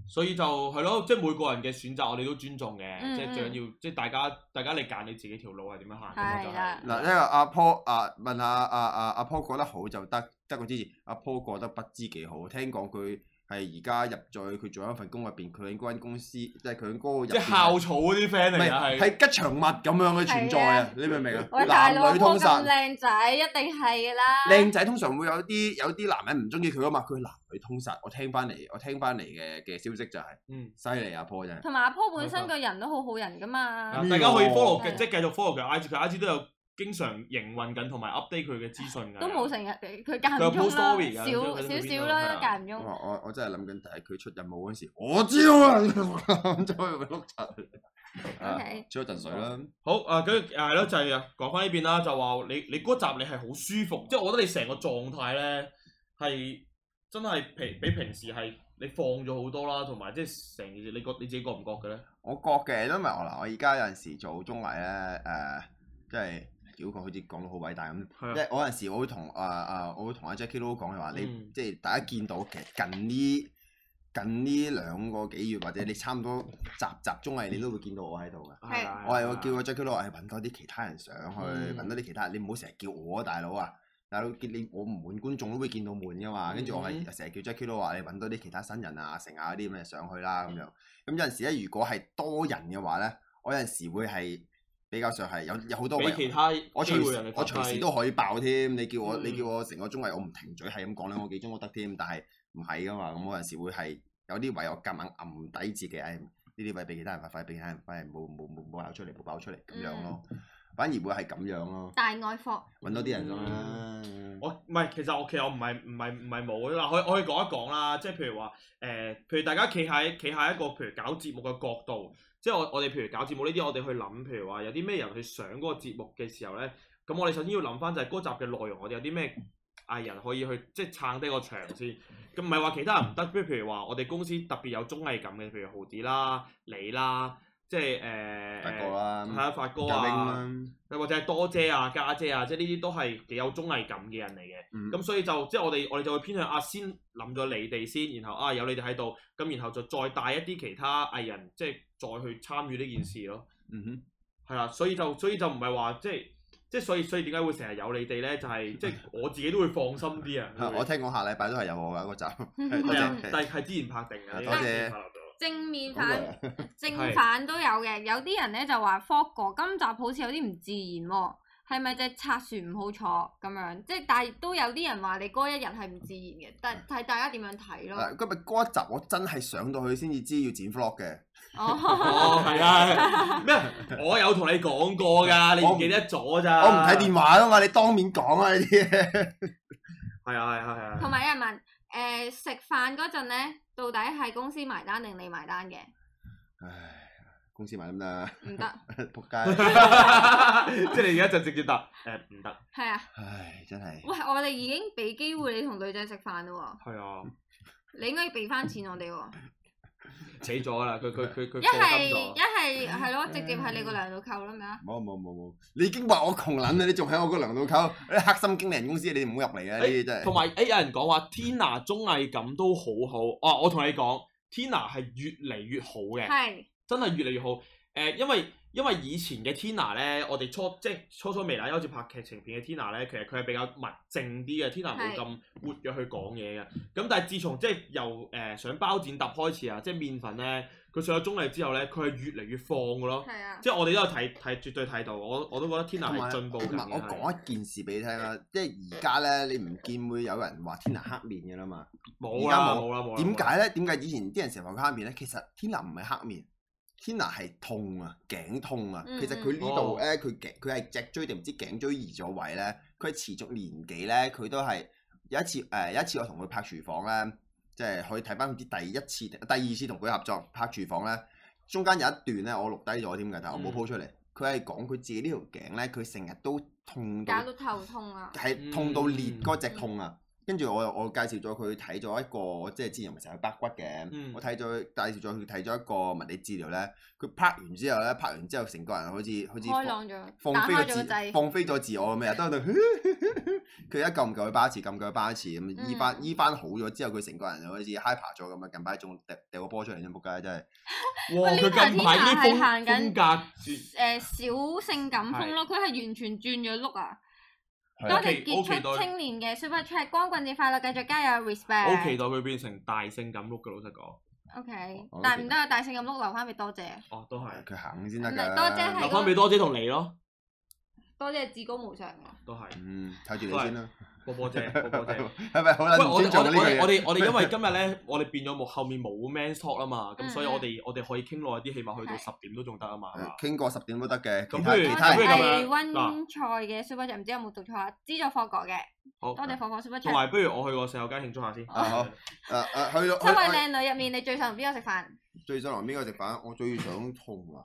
所以就係咯，即係每個人嘅選擇，我哋都尊重嘅，
嗯
即係最緊要，即係大家大家你揀你自己條路係點樣行㗎嘛，就
係啦
係
嗱，因為阿 Paul 啊問下阿阿阿 Paul 過得好就得得個支持，阿 Paul 過得不知幾好。聽講佢係而家入咗佢做緊份工入邊，佢喺嗰間公司即係佢喺嗰個入
即係
邊啊
校草嗰啲 friend
唔
嚟
係
㗎，係
係吉祥物咁樣嘅存在
係
啊！你明唔明啊？
喂，大佬
男女
，Paul
通
咁
殺，
靚仔，一定係㗎啦。
靚仔通常會有啲有啲男人唔中意佢噶嘛，佢男女通殺。我聽翻嚟，我聽翻嚟嘅嘅消息就係
嗯。
犀利啊 Paul 真係。
同埋阿 Paul 本身個人都好好人噶嘛，
嗱大家可以 follow
係啊
即係繼續 follow 佢 IG，佢 IG 都有經常營運緊同埋 update 佢嘅資訊㗎。
都冇成日佢間
佢有
唔中
post
啦，
story 㗎
少
即係佢
少
去到邊
少
度係
啦，
啊
間唔
我
中。
我我真係諗緊睇佢出任務嗰時，我招啊！ 咁就去碌柒。啊
OK
吹一陣水啦。
好啊，跟住啊係咯，就係講翻呢邊啦，就話你你嗰集你係好舒服，即係我覺得你成個狀態咧係真係平比平時係你放咗好多啦，同埋即係成件事，你覺你自己覺唔覺嘅咧？
我覺嘅，因為我嗱，我而家有陣時做綜藝咧，誒、即係屌佢好似講到好偉大咁。
係
即係我有陣時我會同啊啊，我會同阿 Jackie Lou 講嘅話，你、
嗯
即係大家見到其實近呢近呢兩個幾月，或者你差唔多集集綜藝，你都會見到我喺度嘅。
係
啊
我係會叫阿 Jackie Lou 係揾哎多啲其他人上去，
嗯
揾、多啲其他人，你唔好成日叫我啊，大佬啊！大佬見你我唔滿觀眾都會見到悶噶嘛，跟住我
嗯
係成日叫 Jackie Lou 話你揾多啲其他新人啊、成啊嗰啲咁嘅上去啦咁
嗯
樣。咁有陣時咧，如果係多人嘅話咧，我有陣時會係比較上係有有好多
俾
位。
其他
我
機
隨
會
時
人哋
我
發揮
隨時都可以爆添，你叫我、
嗯
你叫我成個鐘係我唔停嘴，係咁講兩個幾鐘都得添，但係唔係噶嘛，咁我有陣時會係有啲位我夾硬暗底自己，哎唉呢啲位俾其他人發揮，俾其他人發揮，冇冇
嗯
冇冇爆出嚟，冇爆出嚟咁樣咯，反而會係咁樣咯，
大愛霍，
揾多啲人咁啦，
我唔係，其實我其實我唔係唔係唔係冇嗱，可以我可以講一講啦，即係譬如話誒、呃譬如大家企喺企喺一個譬如搞節目嘅角度，即係我我哋譬如搞節目呢啲，我哋去諗，譬如話有啲咩人去上嗰個節目嘅時候咧，咁我哋首先要諗翻就係嗰集嘅內容，我哋有啲咩藝人可以去即係撐低個場先，咁唔係話其他人唔得，譬如話我哋公司特別有綜藝感嘅，譬如豪啲啦、你啦，即係誒
發覺
係
啦，
啊，發哥
有
啊，
拎啦，
又或者係多姐啊、家姐啊，即係呢啲都係幾有綜藝感嘅人嚟嘅。
嗯
咁所以就即係我哋我哋就會偏向啊，先諗咗你哋先，然後啊有你哋喺度，咁然後就再帶一啲其他藝人，即係再去參與呢件事咯。
嗯哼，
係啦，所以就所以就唔係話即係即係所以所以點解會成日有你哋咧？就 係、即係我自己都會放心啲啊。
係我
會
聽講下禮拜都係有我噶嗰集，
係
多
啊
謝，
但係係之前拍定嘅。
多謝
呢個之前拍定嘅
正面
咁嚟
反
啊
正
係
反都有嘅，有啲人咧就話 Fog 哥今集好似有啲唔自然喎、係咪隻拆船唔好坐咁樣？即係但係都有啲人話你嗰一日係唔自然嘅，但睇大家點樣睇咯。
嗱，今日嗰一集我真係上到去先至知要剪 vlog 嘅，
哦，
哦，係 啊，咩？我有同你講過㗎，你唔記得咗咋？
我唔睇電話啊嘛，你當面講啊呢啲嘢。
係啊，係啊，係啊。
同埋有人問誒、呃食飯嗰陣咧，到底係公司埋單定你埋單嘅？
唉，公司買得唔得啊？
唔得，
仆 街！
即係你而家就直接答誒唔得，
係啊！
唉，真係
喂，我哋已經俾機會你同女仔食飯啦
係啊，
喎，你應該要俾翻錢我哋喎。
死咗啦！佢佢佢佢
一係
過金咗。
一係係咯，直接喺你個糧度扣啦，咪啊？
冇冇冇冇，你已經話我窮撚啦，你仲喺我個糧度溝，你黑心經理人公司你唔好入嚟啊！呢啲真係
同埋誒有人講話 Tina 綜藝感都好好，啊我同你講，Tina 係越嚟越好嘅。
係
真係越嚟越好。誒、因為因為以前嘅 Tina 咧，我哋初即係初初未嚟開始拍劇情片嘅 Tina 咧，其實佢係比較文靜啲嘅，Tina 冇
係
咁活躍去講嘢嘅。咁但係自從即係由誒、呃上包剪揼開始啊，即係面粉咧，佢上咗綜藝之後咧，佢係越嚟越放嘅咯。
係啊，
即係我哋都有睇睇，絕對睇到，我我都覺得 Tina
同埋
係進步緊
同埋
嘅。
我
係
講啊一件事俾你聽啦，即係而家咧，你唔見會有人話天南黑面嘅啦嘛？
冇
而家
啦
冇
冇啦冇啦。
點解咧？點解以前啲人成日話佢黑面咧？其實天南唔係黑面。天南係痛啊，頸痛啊。
嗯
其實佢呢度咧，佢頸佢係脊椎定唔知頸椎移咗位咧，佢係持續年幾咧，佢都係有一次誒、有一次我同佢拍廚房咧，即係可以睇翻唔知第一次定第二次同佢合作拍廚房咧，中間有一段咧我錄低咗添㗎，但係我冇
嗯
po 出嚟。佢係講佢自己呢條頸咧，佢成日都痛到
搞到頭痛啊！
係痛到裂嗰只痛啊！跟住我又我介紹咗佢睇咗一個，即係之前咪成日去白骨嘅，
嗯
我睇咗介紹咗佢睇咗一個物理治療咧。佢拍完之後咧，拍完之後成個人好似好似
開朗咗，
放
打
放飛
開
咗
咗個
自
掣，
放飛咗自我咁樣，都喺度 佢而家夠唔夠佢巴一次，夠唔夠佢巴一次咁
嗯
醫翻醫翻好咗之後，佢成個人就好似 high 爬咗咁啊！近排仲掉掉個波出嚟添，仆街真係
哇！
喂
佢
Tina-
近排
Tina 係
啲
行緊
風風格絕
誒呃小性感風咯，佢係完全轉咗碌啊！
係
多
啊
我
謝傑
期我期待
出青年嘅 Super Chat，光棍節快樂，繼續加油
我好期
，respect。
待佢變成大性感 look 嘅，老實講。
O K，
我都
但係唔得啊，大性感碌留翻俾多謝，
哦，都係
佢行先得
唔係
㗎。
多謝係
留翻俾多姐同你咯，
多謝至高無上啊！
都係
嗯，靠住你先啦，
波波 姐，波波姐。
係咪好
喂，我
撚唔
哋
尊重啊呢
我
個
哋
嘢
我？哋 我哋因為今日咧，我哋變咗冇後面冇 man talk 啦嘛，咁
嗯
所以
嗯
我哋我哋可以傾耐啲，起碼去到
係
十點都仲得啊嘛，係嘛
誒傾過十點都得嘅，
咁
其他
不
其
如
多
他人
謝
不如咁
係
樣
温菜嘅 Super Chat，唔知有冇讀錯啊？資助霍哥嘅，
好，
多謝火火 Super
同
Chat。
埋不如我去個洗手間慶祝下先。
啊好誒誒去到
身為
去
靚女入面，你最想同邊個食飯？
去最想同邊個食飯？我最想痛啊！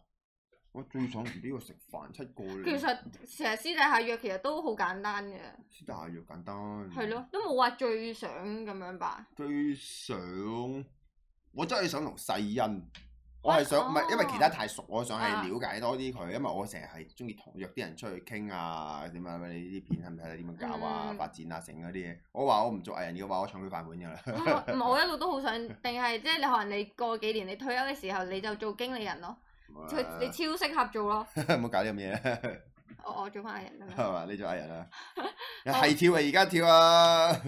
我最想同邊個食飯？七個
其實
咧，
成日私底下約，其實都好簡單嘅，
私底下又簡單。
係。咯，都冇話最想咁樣吧。
最想我真係想同世欣，我係想唔係因為其他太熟，我想係
哦啊
了解多啲佢，因為我成日係中意同約啲人出去傾啊，點啊，你呢啲片係咪點樣搞啊，
嗯
發展啊，成嗰啲嘢。我話我唔做藝人嘅話，我搶佢飯碗㗎啦。
啊唔係，我一路都好想，定係即係你可能你過幾年你退休嘅時候，你就做經理人咯，佢你
唔
超適合做咯。
好搞啲咁嘢啦。
我我做翻藝 人咁樣。
係嘛？你做藝人啊？
好
係跳啊！而家跳啊！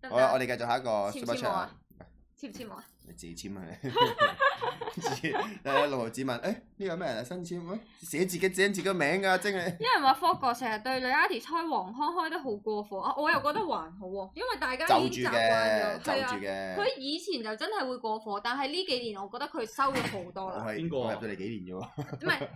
得唔
好
得
啦，
啊
我哋繼續下一個
簽
super
唔簽
chat
我
啊
啊！簽唔簽我啊？
你自己簽啊！你 自己誒六毫子問：誒呢個咩人啊？新簽咩？寫自己寫自己個名啊㗎，真係
有人話霍哥成日對女 artist 開黃腔開得好過火，啊我又覺得還好喎，因為大 家
就
已經
住
習
嘅，
慣咗。
就
係啊
住，嘅。
佢以前就真係會過火，但係呢幾年我覺得佢收咗好多
我
啦，
係
邊個啊
我入咗嚟幾年啫喎，
唔係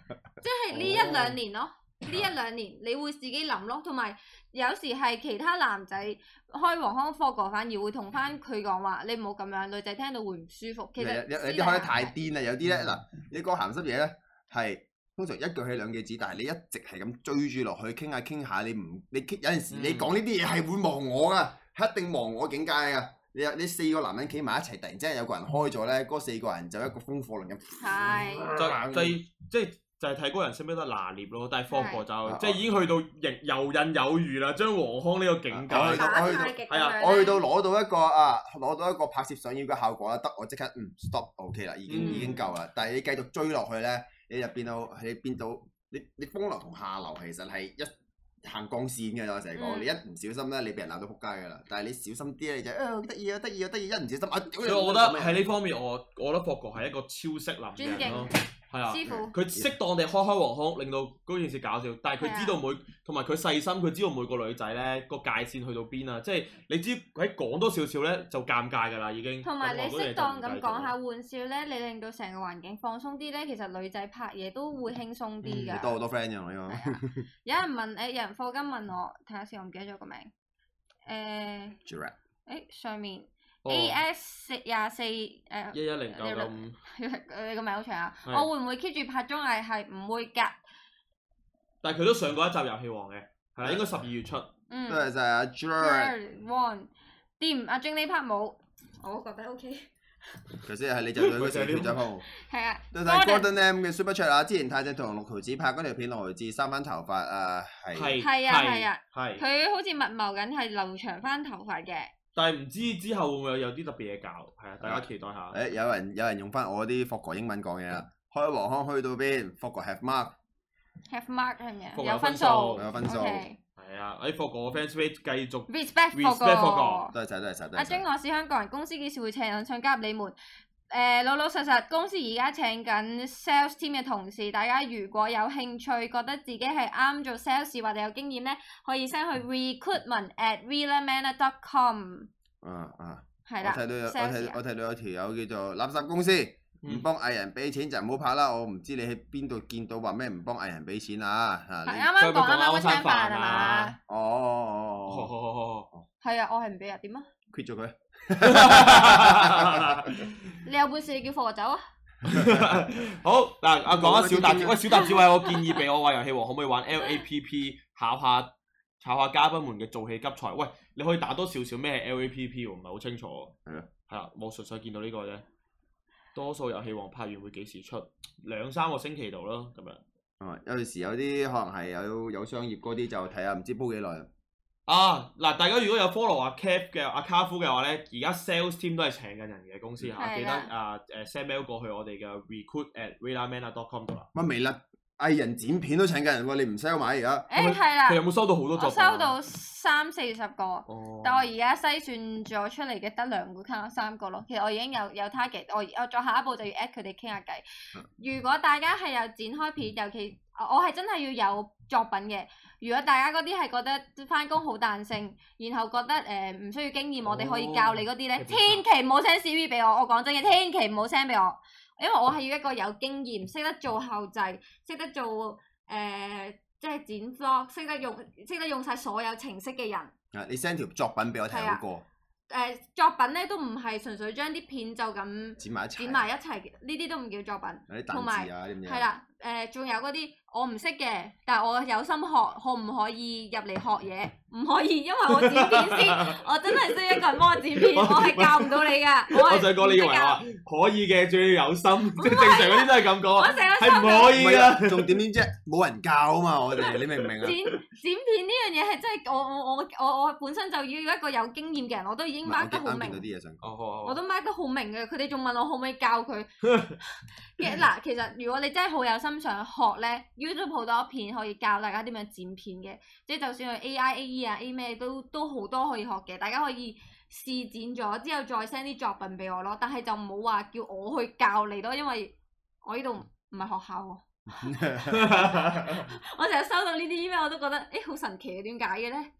即係呢一兩年
啊
咯。呢一兩年你會自己諗咯，同埋有時係其他男仔開黃腔霍哥，反而會同翻佢講話，你唔好咁樣，女仔聽到會唔舒服。其實
有有有
私
啲開得
底下
太
係嗯
癲啦，有啲咧嗱，你講鹹濕嘢咧係。通常一句起兩句止，但係你一直係咁追住落去傾下傾下，你唔你傾有陣時你
嗯
講呢啲嘢係會忘我噶，係一定忘我境界噶。你有你四個男人企埋一齊，突然之間有個人開咗咧，嗰四個人就一個風火輪咁。
係
就就係即係就係睇嗰個人識唔識得拿捏咯，但係霍哥就
係
啊
即係已經去到亦游刃有餘啦，將黃康呢個境界
我去到
打
我去到
太極
係
咁
啊
樣
我去
咧
到攞到一個啊，攞到一個拍攝想要嘅效果啦，得我即刻嗯 stop OK 啦，已經
嗯
已經夠啦。但係你繼續追落去咧，你就變到你變到你你風流同下流其實係一行光線嘅，我成日講，
嗯
你一唔小心咧，你俾人鬧到撲街㗎啦。但係你小心啲咧，你就啊得意啊得意啊得意，一唔小 心啊屌你
所以
老母！
我覺得喺
係
呢方面，我我覺得霍國係一個超識諗嘅人咯，係啊，
師傅，
佢適當地開開黃腔，令到嗰件事搞笑，但係
係
佢
啊
知道每同埋佢細心，佢知道每個女仔咧個界線去到邊啊，即係你知佢喺講多少少咧就尷尬㗎啦已經。
同埋你
咁我覺得
適當
就唔
咁
介意
講下玩笑咧，你令到成個環境放鬆啲咧，其實女仔拍嘢都會輕鬆啲
嗯
多
㗎。
好多 friend 嘅我呢個
有人問誒，有人課金問我，睇下先，我唔記得咗個名。誒
Giraffe
誒，上面
哦
A S 四廿四誒。
一一零九九五，
你個名好長啊！
係
我會唔會 keep 住拍綜藝係唔會㗎？
但係佢都上過一集遊戲王嘅，係啦，應該十二月出。
嗯
都係就係阿 Giraffe。
，Girl One 掂阿 Jing 呢 part 冇，我覺得 OK。
頭先係你就兩個成條仔鋪。
係啊
對睇
Gordon
Gordon M 嘅 Super Chat 啊！之前泰正同六毫子拍嗰條片，六毫子生翻頭髮啊，係
係
係啊係啊，
係，
佢好似密謀緊係留長翻頭髮嘅，
但係唔知之後會唔會有啲特別嘢搞，係啊，大家期待下。
誒有人有人用翻我啲霍國英文講嘢啦，開黃腔去到邊，霍國 have mark
have mark 係咪啊？
復
有分數，
數
有分數
OK，
係啊，喺霍國嘅 fans page 繼續 Respect
respect for
霍
個
哥。
多謝晒，多謝晒，多
阿
謝晒
Jing，。我是香港人，公司幾時會請人想加入你們？誒、老老實實，公司而家請緊 sales team 嘅同事，大家如果有興趣，覺得自己係啱做 sales 或者有經驗咧，可以 send 去 recruitment at r e l a m a n a dot com，
嗯嗯，我
係啦
睇到有我
，sales
睇
啊
我睇到有條友叫做垃圾公司，唔
嗯
幫藝人俾錢就唔好拍啦。我唔知你喺邊度見到話咩唔幫藝人俾錢啊？嚇
係
你
啱啱
再咪
講
講
啱啱嗰
啱餐
餐飯
飯
係
啊
嘛？
哦哦
哦
哦哦
哦
係啊，我係唔俾入點啊？
，quit 咗佢。
哦
你有本事你叫貨走啊！
好嗱，啊講下小達子，喂小達子喂，我建議俾我話遊戲王可唔可以玩 L A P P 考下考下嘉賓們嘅做戲急才？喂，你可以打多少少咩 L A P P 喎？唔係好清楚。
係咯，
係啦，我純粹見到呢個啫。多數遊戲王拍完會幾時出？兩三個星期度咯，咁樣。
嗯有時有啲可能係有有商業嗰啲就睇下，唔知煲幾耐。
啊嗱，大家如果有 follow 阿 Cap 嘅阿卡夫嘅話咧，而家 sales team 都係請緊人嘅公司
係啦
嚇，記得啊誒 send mail 過去我哋嘅 recruit at relamana.com 度啦。
乜微粒藝人剪片都請緊人喎，你唔 sell 買而家？
誒係啦
佢，有冇收到好多
我
作品啊
收到三四十個。
哦，
但我而家篩選咗出嚟嘅得兩個卡三個咯，其實我已經有有 target，我我再下一步就要 at 佢哋傾下偈。
嗯
如果大家係有展開片，尤其我我係真係要有作品嘅。如果大家嗰啲係覺得翻工好彈性，然後覺得誒唔、需要經驗，我哋可以教你嗰啲咧，
哦
千祈唔好 send CV 俾我。我講真嘅，千祈唔好 send 俾我，因為我係要一個有經驗、識得做後製、識得做誒、呃即係剪 vlog、識得用、識得用晒所有程式嘅人。
啊，你 send 條作品俾我睇
係啊
好過，
誒、作品咧都唔係純粹將啲片就咁
剪埋一齊。
剪埋一齊嘅，呢啲都唔叫作品。
有啲彈字啊，啲咩？
係。啦，誒、仲有嗰啲我唔識嘅，但係我有心學，可唔可以入嚟學嘢？唔可以，因為我剪片 先，我真係識一個人幫我剪片，我係教唔到你 㗎。我
我
係
想講你以為
唔
啊
識教
話可以嘅，最要有 心，即係正常嗰啲都係咁
我
講，
成日
係唔可以
唔係
㗎。
啊，重點點啫，冇人教啊嘛，我哋你明唔明啊
剪？剪片呢樣嘢係真係我我我我我本身就要一個有經驗嘅人，我都已經
唔係
mark
我
得
見
好
啱見
明
到。啲嘢想講。
哦好
我
好，
都 mark 得好明嘅，佢哋仲問我可唔可以教 佢。嘅嗱，其實如果你真係好有心想學咧，YouTube 好多片可以教大家點樣剪片嘅，即係就算係 AI、AE 啊、A 咩都都好多可以學嘅，大家可以試剪咗之後再 send 啲作品俾我咯。但係就唔好話叫我去教你咯，因為我呢度唔係學校喎。
啊
我成日收到呢啲 email 我都覺得誒好神奇嘅，啊點解嘅咧？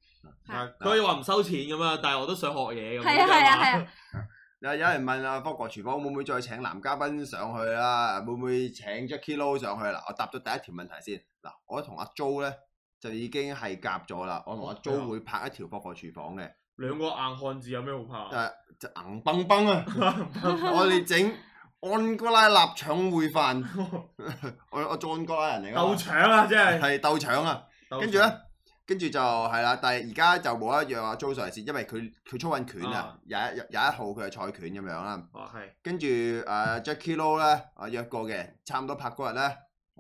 係佢可以話唔收錢咁啊，但係我都想學嘢咁。
係啊係啊係
啊。
啊！
有有人問啊，福國廚房會唔會再請男嘉賓上去啦？會唔會請 Jackie Lou 上去啦？我答咗第一條問題先。嗱，我同阿 Jo 咧就已經係夾咗啦。我同阿
哦
Jo 會拍一條福國廚房嘅，
兩個硬漢字有咩好怕啊？
誒就硬崩崩啊！我哋整安哥拉臘腸燴飯， 我我做安哥拉人嚟㗎嘛，
鬥搶啊，真係。
係鬥腸啊！跟住咧，跟住就係啦，但係而家就冇一樣話租上嚟先，因為佢佢操緊拳啊
啊，
廿一廿一號佢係賽拳咁樣啦。啊
哦，係
跟住誒 Jackie Lou 咧，我約過嘅，差唔多拍嗰日咧，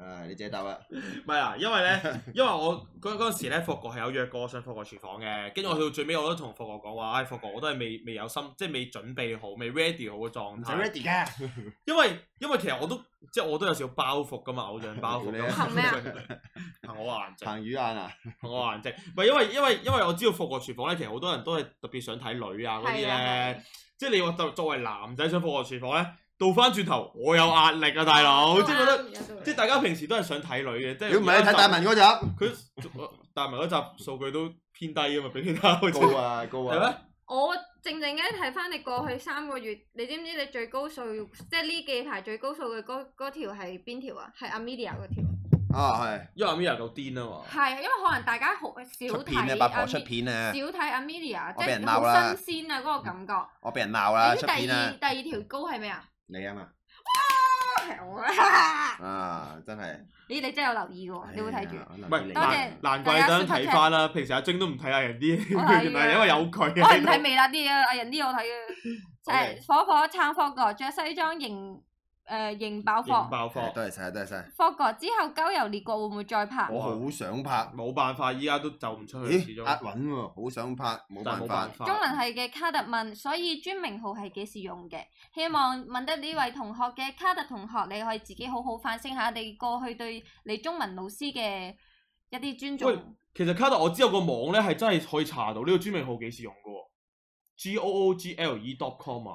啊，你自己答啦。
唔係啊，因為 咧，因為我嗰嗰陣時咧，霍哥係有約過我上霍哥廚房嘅，跟住我去到最尾我都同霍哥講話，唉、霍哥我都係未未有心，即係未準備好，未 ready 好嘅狀
唔使
態。
ready 噶，
因為因為其實我都即係我都有少少包袱噶嘛，偶像包袱。
屌 你啊
憑咩啊？
憑我 顏值，
彭宇晏啊，
憑我顏值。唔係因為因為因為我知道霍哥廚房咧，其實好多人都係特別想睇女啊嗰啲
係啊
咧。即係你話就作為男仔想霍哥廚房咧，倒翻轉頭我有壓力啊，大佬，即係覺得。
得
即係大家平時都係想睇女嘅，即係
如果唔係你睇大文嗰集
佢大文嗰集數據都偏低啊嘛，比其他好似
高啊高
係
啊，
咩？
我靜靜嘅睇翻你過去三個月，你知唔知你最高數，即係呢幾排最高數嘅嗰嗰條係邊條啊？係 Amelia 嗰條。
啊係
因為 Mia 夠癲啊嘛，
係，因為可能大家好少
出
睇
片啊，八婆出
Ame-
片啊，
少睇 Amelia，
我
即
俾人
係
鬧啦
好新鮮啊嗰個感覺。
我俾人鬧啦，
你
出
知第
片
二
啊，
第二條高係咩啊？
你啊嘛，
係我啊
啊真係，
咦，你真係有留意嘅喎，你會 睇住。哦
哎呀
唔
我留意
係
你
多謝
難難怪等睇翻啦，平時阿晶都唔睇下人啲，
我係啊
原來因為有佢
我係
喺
唔睇
度。
微辣啲啊，阿人啲我睇 嘅。就係火火撐霍哥，着西裝型誒型爆
型
霍。
爆
係
貨，
多謝晒多謝晒，
霍哥之後交遊列國會唔會再拍？
我好想拍，
冇辦法，依家都走唔出去，始
咦
終
押韻喎，好想拍，冇
但係
辦
冇
法
辦，法。
中文系嘅卡特問，所以專名號係幾時用嘅？希望問得呢位同學嘅卡特同學，你可以自己好好反省下你過去對你中文老師嘅一啲尊
喂
重。
其實卡特我知有個網咧係真係可以查到呢個專名號幾時用嘅喎，G O O G L E dot com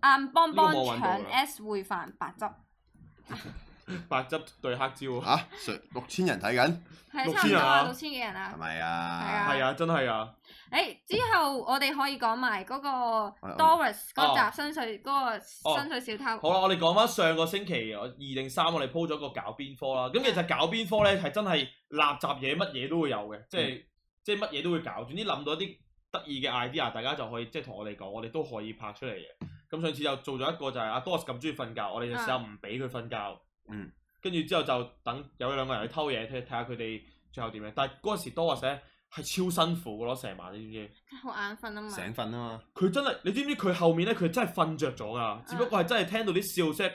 啊，
硬邦邦
呢個我搵到啊
長
啦
S 會犯白汁，
白汁對黑椒啊，
嚇誰六千人睇緊
係
六
差
千
唔多
人啊
啊，六千幾人
係
啊。
咪
係
啊
啊？
係啊，真係啊。
誒之後我哋可以講埋嗰個
我
Doris 嗰
哦
集深水嗰
哦
個深水小偷。
好啦，我哋講翻上個星期我二定三，我哋鋪咗個搞邊科啦。咁其實搞邊科咧係真係垃圾嘢，乜嘢都會有嘅，即係、即係乜嘢都會搞。總之諗到一啲得意嘅 idea，大家就可以即係同我哋講，我哋都可以拍出嚟嘅。咁上次就做咗一個就係阿 Doris 咁中意瞓覺，我哋就試下唔俾佢瞓覺。
嗯。
跟住之後就等有兩個人去偷嘢，睇睇下佢哋最後點樣。但係嗰陣時 Doris 咧係超辛苦嘅咯，成晚你知唔知？
好眼瞓啊嘛。
醒瞓啊嘛，
佢真係，你知唔知佢後面咧？佢真係瞓着咗
啊
噶，只不過係真係聽到啲笑聲，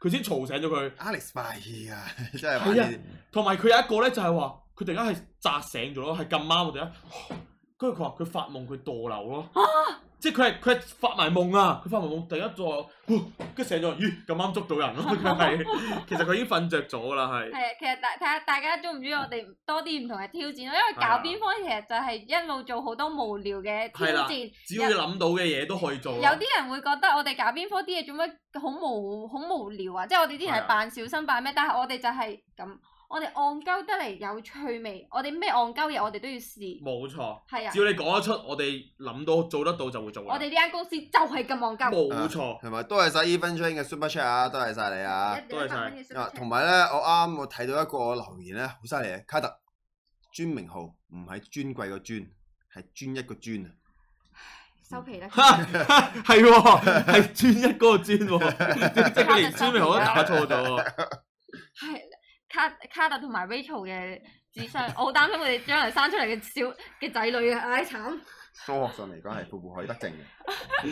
佢先嘈醒咗佢。
Alex 拜嘢啊， 真係玩
係啊
啲
同埋佢有一個咧，就係話佢突然間係扎醒咗咯，係咁啱我突然間，跟住佢話佢發夢佢墮樓咯，
啊
即係佢係佢係發埋夢啊！佢發埋夢，突然間再話， 跟住醒咗，咦咁啱捉到人咯， 佢係其實佢已經瞓着咗啦，係
係，其實大睇下大家中唔中意我哋多啲唔同嘅挑戰咯，因為
係啊
搞邊科其實就係一路做好多無聊嘅挑
係啦
戰。
只要你諗到嘅嘢都可以做啊
有
咯。
啲人會覺得我哋搞邊科啲嘢做乜好無好無聊啊！即係我哋之前
係啊
係扮小生扮咩，但係我哋就係咁，我哋戇鳩得嚟有趣味，我哋咩戇鳩嘢我哋都要試，
冇錯，
係啊
只！要你講得出，我哋諗到做得到就會做啦。
我哋呢間公司就係咁戇鳩，
冇錯，
同埋多謝晒 Even Train 嘅 Super Chat 啊，多謝晒你啊！
一定要
多謝晒
發揮嘅
啊，
super
同埋咧，我啱我睇到一個留言咧，好犀利啊！卡特專名號唔係尊貴個尊，係專一個專啊！
收皮啦！
哈哈 係喎，係專一嗰個專 喎，即係佢連專名號都打錯咗喎。
係卡卡特同埋 Rachel 嘅智商，我好擔心佢哋將來生出嚟嘅小嘅仔女啊！唉慘。
科學上嚟
嗯
講係父母可以得正嘅。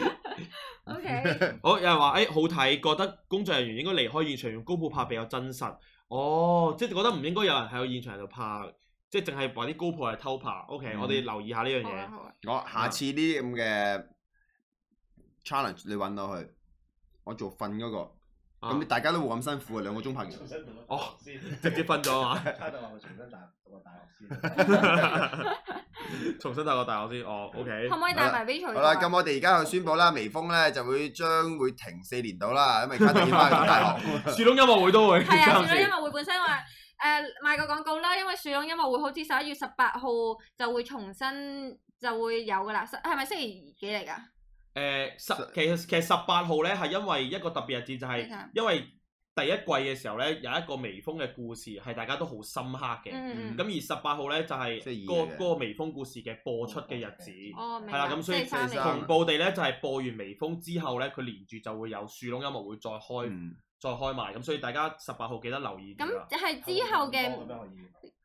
O K，
好有人話誒、哎好睇，覺得工作人員應該離開現場用高鋪拍比較真實。哦，即係覺得唔應該有人喺個現場度拍，即係淨係話啲高鋪係偷拍。OK，、
嗯
我哋留意下呢樣
好啊
嘢。
好啊，
我下次呢啲咁嘅 challenge 你揾我去，我做瞓嗰個，
啊
咁你大家都冇咁辛苦啊，兩個鐘拍完。
重新同我
哦
大學先，
直接瞓咗啊！
差到話佢重新大讀個大學先。
重新睇個大學先。哦，OK，
可唔可以帶埋 Rachel？
好啦，咁我哋而家去宣布啦，微風咧就會將會停四年到啦，因 為卡特要翻去讀大學。
樹窿音樂會都會。
係啊，
暫
樹
時
窿音樂會本身話誒賣個廣告啦，因為樹窿音樂會好似十一月十八號就會重新就會有噶啦，十係咪星期幾嚟㗎？
誒十其實其實十八號咧係因為一個特別日子，就係、
你睇
因為第一季嘅時候咧有一個微風嘅故事係大家都好深刻嘅。
嗯嗯
咁、而十八號咧就係、
即係
嗰
二嘅
個嗰個微風故事嘅播出嘅日子。
嗯
哦，明
係啦，
白。
咁所以
星期三
星
嚟
期三
嘅
同步地咧就係、播完微風之後咧，佢連住就會有樹窿音樂會再開、
嗯
再開埋，咁所以大家十八號記得留意住啦啊
哦
咁係之後嘅
我覺得可以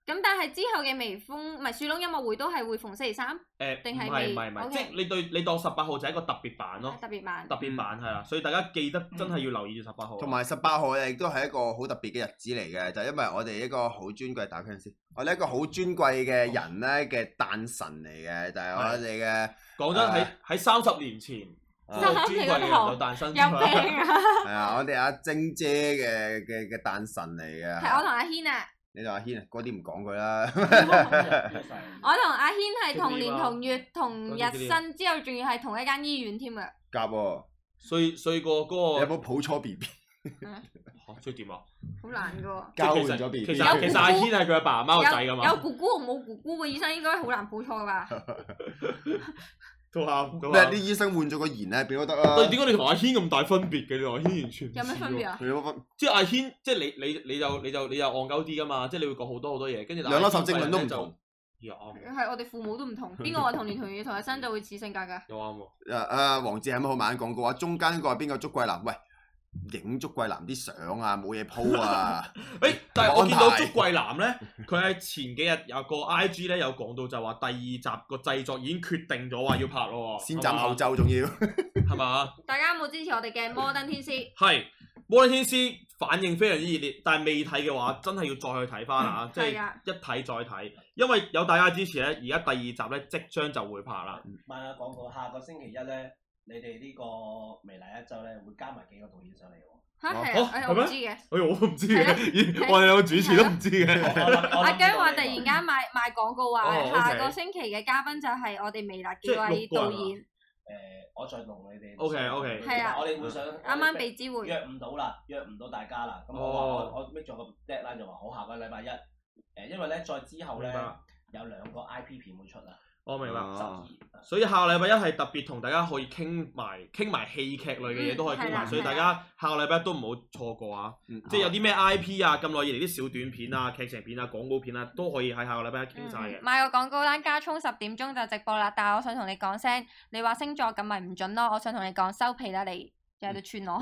咁但係之後嘅微風唔係樹窿音樂會都係會逢星期三
誒，
定
唔
係
係
未
唔係唔係，
OK 嗯
即係你對你當十八號就係一個特別版咯，
啊特別版
哦特。別版係啦，所以大家記得真係要留意住十八啊號。
同埋十八號亦都係一個好特別嘅日子嚟嘅，就因為我哋一個好尊貴打緊先，我哋一個好尊貴嘅人咧嘅誕辰嚟嘅，就係、我哋嘅
講真喺喺三十年前，
啊
真
尊
係
貴嘅人就誕生
有
出嚟
病啊！
係 啊，我哋阿晶姐嘅嘅嘅誕辰嚟嘅。
係我同阿軒啊，
你同阿軒啊，嗰啲唔講佢啦。
我同阿軒係同年
嗰啲啊
同月同
嗰啲
日
嗰啲
生，之後仲要係同一間醫院添啊！
夾
哦
喎，
衰衰過
你
嗰
有
個
冇抱錯 B B？
嚇衰點啊？
好難噶喎。
交換
即係
咗 B
其
B。
實其實其實阿軒係佢阿爸阿媽個仔㗎
有有
嘛，
姑姑同冇姑姑嘅醫生應該好難抱 錯吧？
都啱都
咩？啲
啱。
醫生換咗個言咧，變咗得啦。
對，點解你同阿軒咁大分別嘅？你同阿軒完全唔
有咩
似
分
喎
別啊？
佢有乜
即係阿軒，即係你你你就你就你就戇鳩啲噶嘛，即係你會講好多好多嘢，跟住但
兩
係
粒
阿
手
軒
精
個
論
人
都唔
咧就
同。
又啱，
係我哋父母都 唔同，邊個話同年同月同日生就會似性格㗎？
又啱
誒
喎。
誒，黃呃志係咪好猛講過啊？中間嗰個係邊個？祝桂南？喂，影祝桂南啲相啊，冇嘢鋪 啊。
誒，但係我見到
安排
祝桂南咧，佢喺前幾日有個 I G 咧有講到就話第二集個製作已經決定咗話要拍咯喎，
先斬後奏，仲
哦
要。
係嘛？
大家有冇支持我 哋嘅摩登天師？
係《摩登天師》反應非常之熱烈，但係未睇嘅話，真係要再去睇翻啊！即係
係啊
一睇再睇，因為有大家支持咧，而家第二集咧即將就會拍啦。
嗯
賣下廣告，下個星期一咧，你哋呢個微辣一周咧會加埋幾個導演 上嚟喎。
嚇
哦
係啊哎呀
係
我
咩
唔知嘅。
哎呀，我都唔知
係啊
嘅，我哋兩個主持都唔知嘅。
阿
阿
姜話突然間賣賣廣告話，
哦，OK
下個星期嘅嘉賓就係我哋微辣幾
即
位
係六個
導
人啊
演，
誒，我再同你哋
OK，OK
係啊
我哋會想
啱啱被知會。
約唔到啦，約唔到大家啦。咁我話
哦
我我 make 咗個 deadline 就話好下個禮拜一。誒，因為咧再之後咧
明白
有兩個 IP 片會出啦，
我明白。
十
啊
二
所以下個禮拜一係特別同大家可以傾埋傾埋戲劇類嘅嘢
嗯
都可以傾
係啦
埋，所以
係啦
大家下個禮拜一都唔好錯過啊！
嗯
即 係有啲咩 I P 啊，咁耐以嚟啲小短片啊、劇情片啊、廣告片啊，都可以喺下個禮拜一傾晒嘅。
買嗯個廣告啦，加充十點鐘就直播啦。但係我想同你講聲，你話星座咁咪唔準咯。我想同你講收皮啦，你又喺度串我。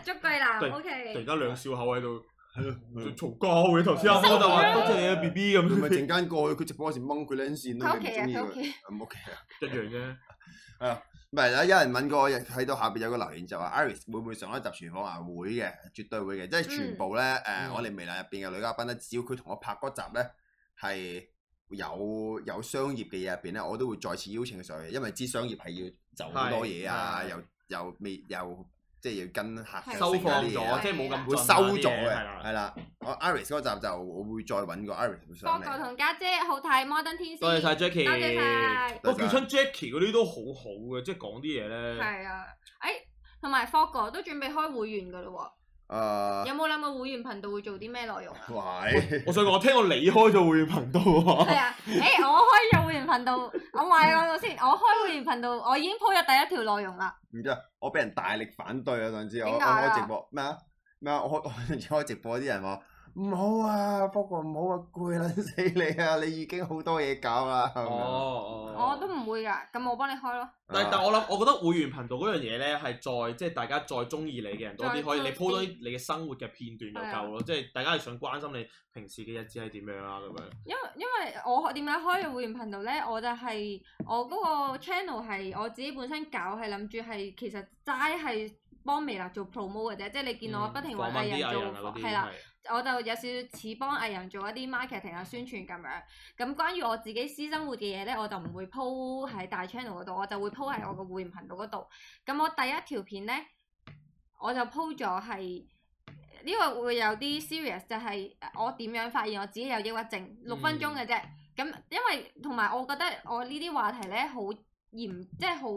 祝桂南
嗯對突然
，OK。
間兩笑口喺度喺度嘈交嘅，頭先阿哥就話多謝你啊 B B
佢咪
咁
陣間過去佢直播嗰時掹佢兩線咯，
佢
佢
屋
唔
企啊，
中意
佢屋
佢。
企。
咁 OK 啊。
一樣啫。
唔係啦，有人問過我，睇到下邊有個留言就話，Iris 會唔會上一集廚房啊？會嘅，絕對會嘅，即係全部咧誒、
嗯
我哋微辣入邊嘅女嘉賓咧，只要佢同我拍嗰集咧係有有商業嘅嘢入邊咧，我都會再次邀請佢上去，因為知商業係要就好多嘢啊，
係
又又未又即係要跟客
係
又
收
剩啊
放
啲嘢啊
咗，即係冇咁
會
盡啊
收咗
啲嘢係
嘅，
啦。
係啦。我 Iris 嗰集就我會再揾個 Iris
哥
上
哥
嚟。
同家姐好睇摩登天師。
多謝晒 Jackie，
嗯多謝晒
我叫親 Jackie 嗰啲都好好嘅，即係講啲嘢咧。
係啊，誒，同埋 f o g 都準備開會員㗎嘞喎。
誒，
有冇諗過會員頻道會做啲咩內容啊？
啊喂，
我想講，我聽過你開咗會員頻道
係
喎，
啊，誒、我開咗會員頻道，我買咗個先，我開會員頻道，我已經 po 咗第一條內容啦。
唔知啊，我俾人大力反對啊！上次我我
點解啊
開直播咩啊咩啊，我我上次開 直播啲人話唔好啊，不過唔好啊，攰撚死你啊！你已經好多嘢搞啦。咁樣
哦
我都唔會㗎，咁我幫你開咯。
但
啊
但我諗，我覺得會員頻道嗰樣嘢咧，係再即係大家再中意你嘅人多
再啊
啲，可以你
多啲
po 多啲你嘅生活嘅片段就夠咯。即係大家係想關心你平時嘅日子係點樣啊咁樣。
因為因為我點解開咗會員頻道咧？我就係、我嗰個 channel 係我自己本身搞，係諗住係其實齋係幫微辣做 promo 嘅啫，即係你見我
嗯
不停
訪
為
問
藝
啲
人
藝人啊
做
嗰啲
係啦。，我就有少少似幫藝人做一啲 marketing 啊宣傳咁樣。咁關於我自己私生活嘅嘢咧，我就唔會 po 喺大 channel 嗰度，我就會 po 喺我個會員頻道嗰度。咁我第一條片咧，我就 po 咗係呢個會有啲 serious，就係我點樣發現我自己有抑鬱症，六分鐘嘅啫。咁、因為同埋我覺得我呢啲話題咧好嚴，即係好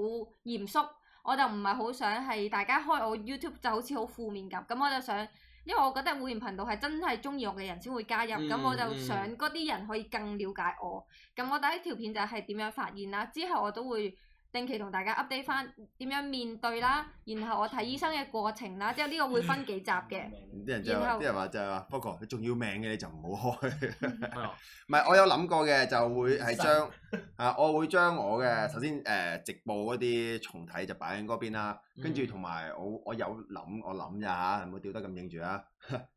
嚴肅。我就唔係好想係大家開我 YouTube 就好似好負面咁，咁我就想，因為我覺得會員頻道係真係中意我嘅人先會加入，咁、
嗯
我就想嗰啲人可以更了解我。咁我第一條片就係點樣發現啦，之後我都會定期同大家 update 翻點樣面對啦，然後我睇醫生嘅過程啦，之後呢個會分幾集嘅。
啲人就係
然
話
後
啲人話就係話，不過你仲要命嘅你就唔好開。
嗯
係啊，
唔係，我有諗過嘅，就會係 將啊，我會將我
嗯
嘅首先誒、呃直播嗰啲重睇就擺喺嗰邊啦，跟住
嗯
同埋我我有諗，我諗咋嚇，唔好掉得咁應住啊！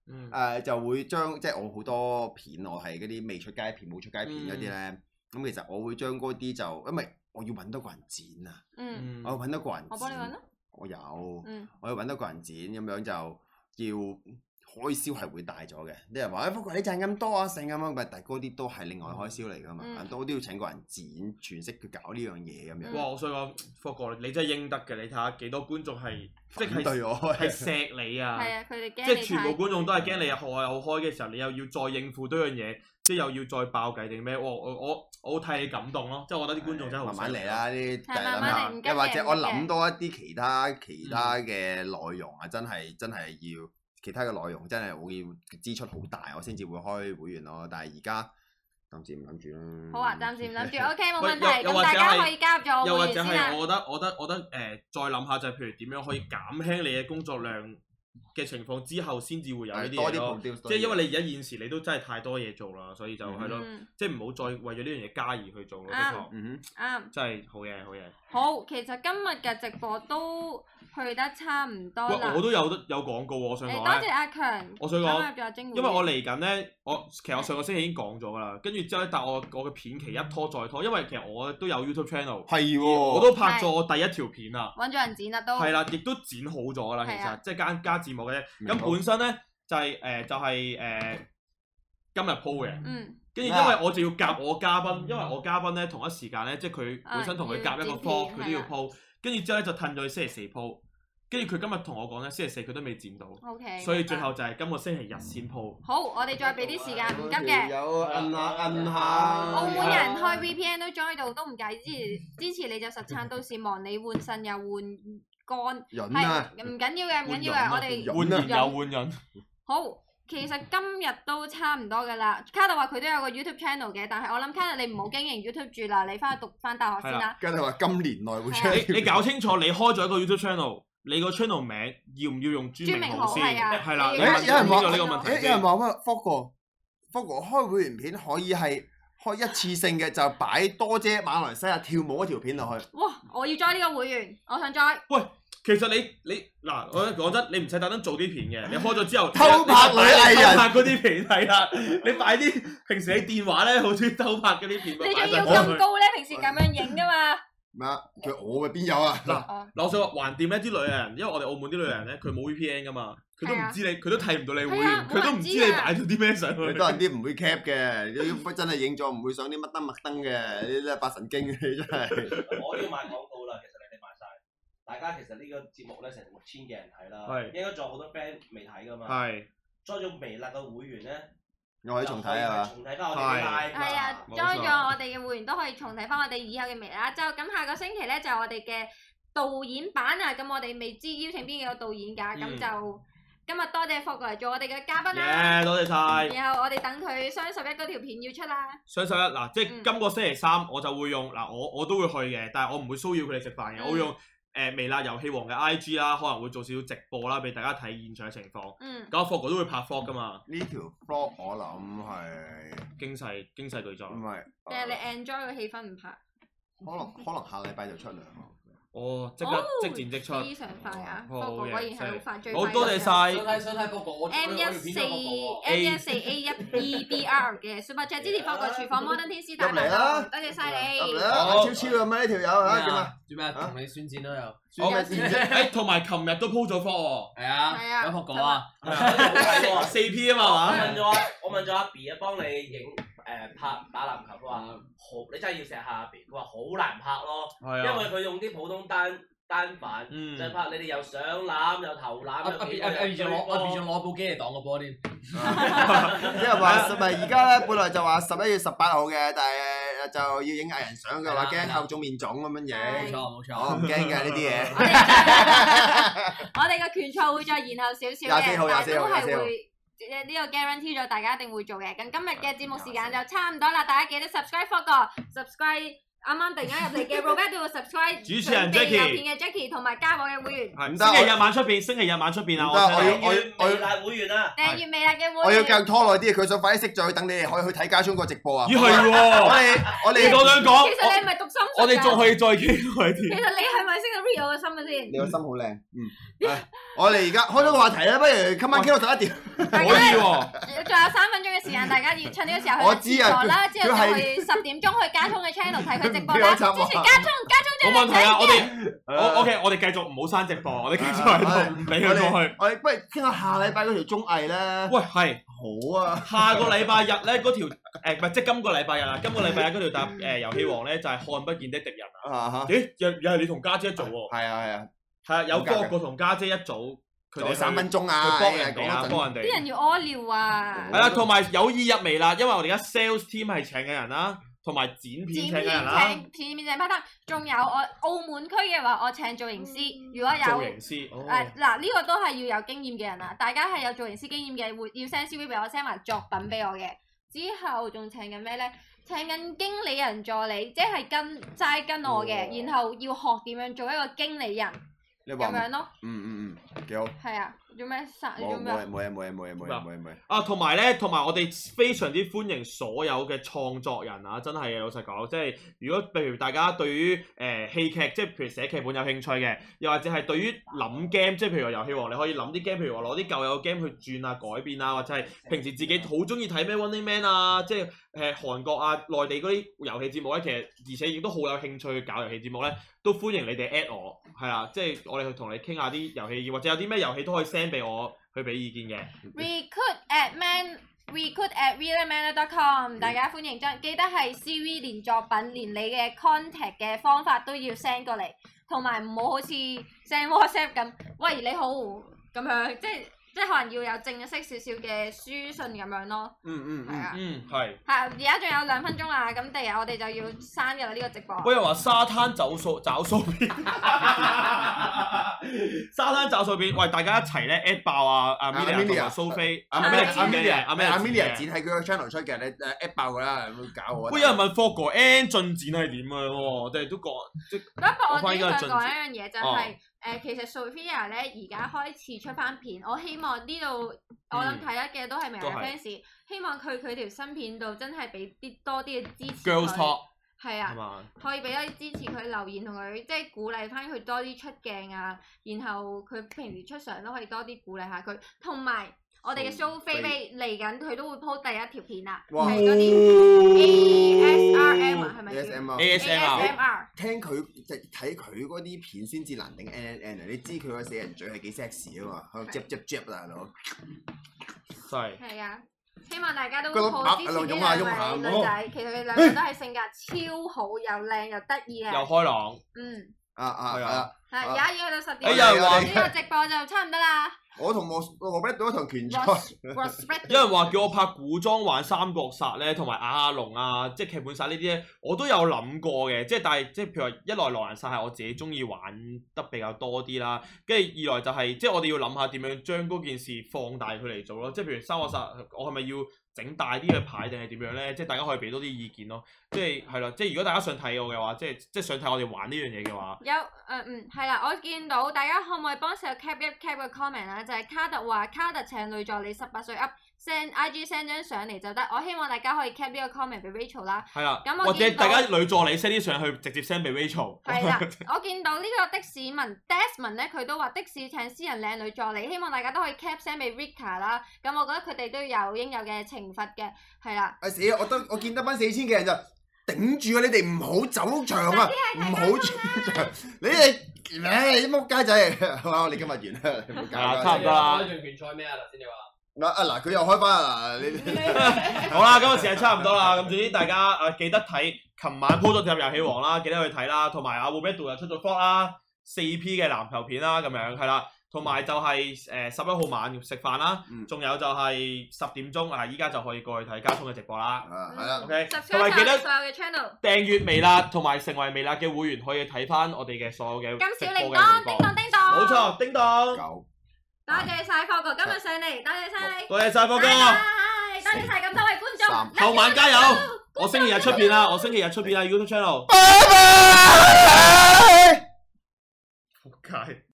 嗯
誒、就會將即係我好多片，我係嗰啲未出街片、冇出街片
嗯
嗰啲咧，咁、其實我會將嗰啲就因為我要揾多個人剪啊，
嗯，
嗯
我要揾多個人剪，
我幫你揾啦。
我有，
嗯
我要揾多個人剪，咁樣就要開銷係會大咗嘅。啲人話：，哎不過你賺咁多啊，成咁樣，咪但係嗰啲都係另外開銷嚟噶嘛，
嗯
都都要請個人剪全職去搞呢樣嘢咁樣。
哇！我想講，霍哥你真係應得嘅，你睇下幾多觀眾係即
反
係
對我，
係錫你 啊！
係啊，佢哋
即
驚你
係全部觀眾都係驚你學係好開嘅時候，你又要再應付多樣嘢，即係又要再爆計定咩？我我我我替你感動咯！即係我覺得啲觀眾真係好
慢慢
犀利
嚟。啦，呢啲
係慢慢嚟唔急嘅
又或者我
唔急嗯嘅
諗多一啲其他其他嘅內容啊，真係真係要其他嘅內容真係我要支出好大，我先至會開會員咯。但係而家諗住唔諗住啦。
好啊，暫時唔諗住，OK 冇
喂
問
又
題。
又或者
咁大家
係
可以加入咗
又或
我會員
者
先啊啦
係，。我覺得我覺得我覺得誒、呃再諗下就係譬如點樣可以減輕你嘅工作量嘅情況之後，先至會有呢啲
多
嘢咯。
啲 produce，
即係因為你而家現時你都真係太多嘢做啦，所以就係咯，
嗯，
即係唔好再為咗呢樣嘢加而去做咯。的
啱
確
嗯哼。
啱。
真係好嘢，好嘢。
好，其實今日嘅直播都去得差唔多啦
喂，我。都有得有廣告喎，我想
誒，
講
多
咧
謝。阿強
我想講
加入咗精
因為我嚟緊咧，我其實我上個星期已經講咗㗎啦，跟住之後咧，但我我嘅片期一拖再拖，因為其實我都有 YouTube channel，
係喎，
我都拍咗我第一條片啦，
揾咗人剪啦都。
係啦，亦都剪好咗㗎啦，其
係啊
實即係加加字幕嘅啫。
明白
咁本身咧就係、誒、就係、誒、今日 po 嘅，
嗯。
跟住因為我就要夾我嘉賓，因為我嘉賓咧同一時間咧，即係佢本身同佢夾一個
啊
po，
要剪片
佢都要
係啊
po，跟住之後咧就褪咗去星期四 po，跟住佢今日同我講咧，星期四佢都未剪到，
O K。
所以最後就係今個星期日先 po。
好，我哋再俾啲時間，唔急嘅。
有摁下摁下。
澳門人開 VPN 都 join 到都唔計，支持支持你就實撐都市忙你換腎又換肝，
人啊，
係唔緊要嘅，唔緊要
換人啊
嘅，我哋。
換
換
人
人又換人，
好，其實今日都差唔多㗎啦。卡特話佢都有個 YouTube channel 嘅，但係我諗卡特你唔好經營 YouTube 住啦，你翻去讀翻大學先啦。
跟住話今年內會出
係
一條
你 你搞清楚，你開咗一個 YouTube channel，你個 channel 名要唔要用朱
朱
明
明
豪
豪
先？
係啊，
係啦，
你
你
要
問
有人
清楚
話
呢個問題
誒有
先
人。話乜福哥，福哥開會員片可以係開一次性嘅，就擺多姐馬來西亞跳舞嗰條片落去。
哇！我要 join 呢個會員，我想 join。
其實你你嗱，我講真，你唔使特登做啲片嘅，你開咗之後
偷拍女藝人
偷拍嗰啲片係啦，你擺啲平時你電話咧好中意偷拍嗰啲片，
你
擺
仲
晒
要
上去
咁高咧？平時咁樣影㗎嘛？
咩啊？佢我嘅邊有啊？
嗱
哦，
嗱我想話橫掂咧，啲女藝人，因為我哋澳門啲女藝人咧，佢冇 VPN 噶嘛，佢都
係
唔
啊
知你，佢都睇唔到你會
係啊
員，佢都唔知你擺咗啲咩上去。
你多人啲唔會 cap 嘅，你真係影咗唔會上啲乜登乜登嘅，你真係發神經，你真 係。
我都要賣廣告啦，其實你哋賣晒。大家其實呢個節目咧成六千幾人睇啦，
係
應該仲有好多 friend 未睇噶嘛。
係
join 咗微辣嘅會員咧，
我喺重睇啊嘛，
重睇翻我哋
係
live 㗎
係啊
冇錯
，join 咗我哋嘅會員都可以重睇翻我哋以後嘅微辣一周。咁下個星期咧就係我哋嘅導演版啊，咁我哋未知邀請邊幾個導演㗎，咁
嗯
就今日多謝霍過嚟做我哋嘅嘉賓啦。
耶，多謝晒。
然後我哋等佢雙十一嗰條片要出啦。
雙十一嗱，即係
嗯
今個星期三我就會用嗱，我我都會去嘅，但係我唔會騷擾佢哋食飯嘅，
嗯
我會用誒、呃微辣遊戲王嘅 I G 啦，可能會做少少直播啦，俾大家睇現場情況。
嗯，
咁阿霍哥都會拍 vlog 噶嘛，
呢條 vlog 我諗係
經世經世巨作
唔。係？
定係你 enjoy 個氣氛唔拍，
可能可能下禮拜就出糧喎。
哦，即刻、
哦
即戰即出。
非常快啊！
好
霍過果然係好快，最快
好多謝
嘅
晒
想睇想睇嗰個，我
M 一四 M 一四 A 一 E B R 嘅 Super Chat 支持放個廚房摩登天師大
入嚟啦
多謝晒
得
你。
啦，
好
超超咁啊呢條友啊，點啊？
做咩啊？
啊
同你宣戰都有，
我咪先 啫，
誒，同埋琴日都 po 咗 vlog
係
係
啊，
啊
有學講啊，
係
喎，
啊
四 P 啊
我
嘛
哦
係嘛，
問咗阿我問咗阿 B 啊，幫你影誒拍打籃球，佢話
啊
好，你真係要錫下阿 B，佢話好難拍咯，因
係啊，
為佢用啲普通單單反，
嗯
就，係拍你哋又上籃又投
阿
籃
阿
又幾
變阿阿變仲攞阿變仲攞部機嚟擋個波添，
即係話唔係而家咧，本來就話十一月十八號嘅，但係呃就要影藝人相嘅話，
係啦
驚口腫面腫咁樣
冇錯
影。哦
冇
我唔
錯，
驚嘅呢啲嘢，
我哋嘅拳賽會再延後少少
廿
嘅，
四號
但係都
廿四
係
號
會。呢個 guarantee 咗，大家一定會做嘅。咁今日嘅節目時間就差唔多啦，大家記得 subscribe 霍哥，subscribe 啱啱突然間入嚟嘅 Robert 都要 subscribe
主持人
準備
Jackie
有片嘅 Jackie 同埋加我嘅會員，
係
唔得
星期
我
日晚出邊，星期日晚出邊啊！
唔
我
得
睇
我要我要
下
我要
微辣會員啊！
訂閱微辣嘅
我
會
要
員
繼。續拖耐啲，佢想快啲熄咗佢，等你哋可以去睇家聰個直播啊！
咦係
我
喎，
哋我
你
哋
講兩
其實
講，
你係咪讀心術㗎
我哋仲可以再傾佢
其
添。
實你係咪識得 read 我嘅心嘅先？
你個心好靚，嗯。唉我哋而家開咗個話題啦，不如今晚傾到十一點。
可
大
以
家咧
喎，
仲有三分鐘嘅時間，大家要趁呢個時候去
我知啊
廁所啦，之
佢
後就
係
去十點鐘去加聰嘅 channel 睇佢直播
佢唔俾我
啦。哎
插話
之前加聰加
冇問
聰最
題啊！我哋我
誒
OK，我哋繼續唔好刪直播，我哋繼續喺度，唔理
我
佢過去
哋。我哋不如傾下下禮拜嗰條綜藝咧。
喂，係
好啊，
下個禮拜日咧，嗰條誒唔係即係今個禮拜日啦，今個禮拜日嗰條搭誒遊戲王咧就係看不見的敵人啊！
啊哈，
咦，又又係你同家姐一組喎？
係啊係啊，
係啊，有哥哥同家姐一組，佢
仲
哋
有三分鐘啊，
佢幫人
講
哋啊，
一陣
幫人
啲
哋。
人要屙尿啊！
係啦，同埋有意入微啦，因為我哋而家 sales team 係請嘅人啦，同埋剪片
剪
請嘅
片
人啦，
請片片請 part time，仲有我澳門區嘅話，我請造型
嗯
師。如果
造型
有
師。哦
誒嗱，呢個都係要有經驗嘅人啦。大家係有造型師經驗嘅，會要 send CV 俾我，send 埋作品俾我嘅。之後仲請緊咩咧？請緊經理人助理，即係跟齋跟我嘅，
哦
然後要學點樣做一個經理人
你
咁
話唔
樣咯。
嗯嗯嗯，幾好。
係啊，做咩殺？做
冇
咩
冇
啊
嘢？冇嘢冇嘢冇嘢冇嘢冇嘢冇嘢。
啊，同埋咧，同埋我哋非常之歡迎所有嘅創作人啊！真係嘅，老實講，即係如果譬如大家對於誒、呃、戲劇，即係譬如寫劇本有興趣嘅，又或者係對於諗 game，即係譬如話遊戲王，你可以諗啲 game，譬如話攞啲舊有嘅 game 去轉啊、改變啊，或者係平時自己好中意睇咩 Running Man 啊，即係誒、呃、韓國啊、內地嗰啲遊戲節目咧，其實而且亦都好有興趣去搞遊戲節目咧，都歡迎你哋 at 我，係啦，即係我哋去同你傾下啲遊戲，或者有啲咩遊戲都可以 send 俾我去俾意見嘅。
recruit at man recruit at
嗯
realmanner.com，大家歡迎將記得係 CV 連作品連你嘅 contact 嘅方法都要 send 過嚟，同埋唔好好似 send WhatsApp 咁，喂你好咁樣，即係即係可能要有正式少少嘅書信咁樣咯，
嗯嗯
係
嗯，
啊，
嗯，係。
係而家仲有兩分鐘啦，咁第日我哋就要刪嘅啦呢個直播。
我又話沙灘走數找數 片，沙灘找數片，喂大家一齊咧 at 爆啊！阿
啊
Milia 同
Amelia
埋蘇菲，
阿
阿
咩
Milia
阿
剪嘅，阿 Milia
阿 Amelia
剪嘅。
剪喺佢個 channel 出嘅，你誒 at 爆佢啦，唔好搞我啊。
喂，有人問 f o g N 進展係點樣喎？我哋都講即
不過我
嗯我
自
覺
己
得應
想
該係
講一樣嘢就係、
哦
誒，其實 Sophia 咧而家開始出翻片，我希望呢度我諗睇得嘅都係明
嗯
日
都係
fans，希望佢佢條新片度真係俾啲多啲嘅支持
Girls
佢，
Talk
係
係
啊，
嘛？
可以俾多啲支持佢留言同佢即係鼓勵翻佢多啲出鏡啊，然後佢平時出相都可以多啲鼓勵下佢，同埋我哋嘅
Sophie
Show 菲菲嚟緊佢都會 po 第一條片啦，
哇
係嗰啲 ASRM 啊，係咪叫
ASM 啊，
ASMR
ASMR
聽佢就睇佢嗰啲片先至難頂 N N 啊！你知佢個死人嘴係幾 sexy 啊嘛，喺度 jab jab jab 啦，大佬。
真係
係啊，希望大家都
個啊老伯
好支
喺
持
度
呢
擁下擁下
兩位
咁
女仔。其實佢兩個都係性格超好，又靚又得意
又
嘅。
開朗，
嗯，
啊啊
係啊
啊！
係
啊
而家已經去到十
哎
點
有人
啦，
話
呢個直播就差唔多啦。
我同我我 r e 到一堂拳賽，
Respect，
有人話叫我拍古裝玩三國殺咧，同埋阿龍啊，即係劇本殺呢啲咧，我都有諗過嘅。即係但係即係譬如話，一來狼人殺係我自己中意玩得比較多啲啦，跟住二來就係、即係我哋要諗下點樣將嗰件事放大佢嚟做咯。即係譬如三國殺，我係咪要整大啲嘅牌定係點樣咧？即係大家可以俾多啲意見咯。即係係啦，即係如果大家想睇我嘅話，即係即係想睇我哋玩呢樣嘢嘅話，
有誒嗯係啦，我見到大家可唔可以幫手 cap 一 cap 個 comment 啊？就係卡特話卡特請女助理十八歲 up send IG send 張相嚟就得。我希望大家可以 cap 呢個 comment 俾 Rachel 啦。
係啦
咁，我
或者
見到
大家女助理 send 啲相去直接 send 俾 Rachel。
係啦，我見到呢個的士民 Desmond 咧，佢都話的士請私人靚女助理，希望大家都可以 cap 聲俾 Rika 啦。咁我覺得佢哋都有應有嘅懲罰嘅，係啦。
啊死啊！我得我見得班四千嘅人就頂住啊！你哋唔好走場啊，唔好走場！你哋唉，啲撲街仔，好啊我哋今日完啦，你唔好搞
啊
啦。
差唔多啦
你話嗰場拳賽咩啊？頭先你話。
嗱啊嗱，佢又開翻啊！嗱，你你
好啦，今日時間差唔多啦，咁總之大家誒記得睇，琴晚鋪咗貼入遊戲王啦，記得去睇啦，同埋阿 w o b e d o 又出咗 f o 啦，四 P 嘅籃球片啦，咁樣係啦，同埋就係誒十一號晚食飯啦
嗯，
仲有就係十點鐘啊，依家就可以過去睇家聰嘅直播啦。
啊係啦，
OK，同埋
subscribe
記得
晒所有嘅 channel，
訂閱微辣，同埋成為微辣嘅會員，可以睇翻我哋嘅所有嘅
咁
直
小
播嘅
鈴
回
鐺，叮
放。
當叮當，
冇，錯，叮當，
九
多謝晒霍哥今日上嚟，多謝晒你，
多謝晒波哥，
拜拜多謝晒咁多位觀眾，
三
拉住
後晚加油！我星期日出片啦，我星期日出片啦，YouTube channel。
拜拜。
仆街。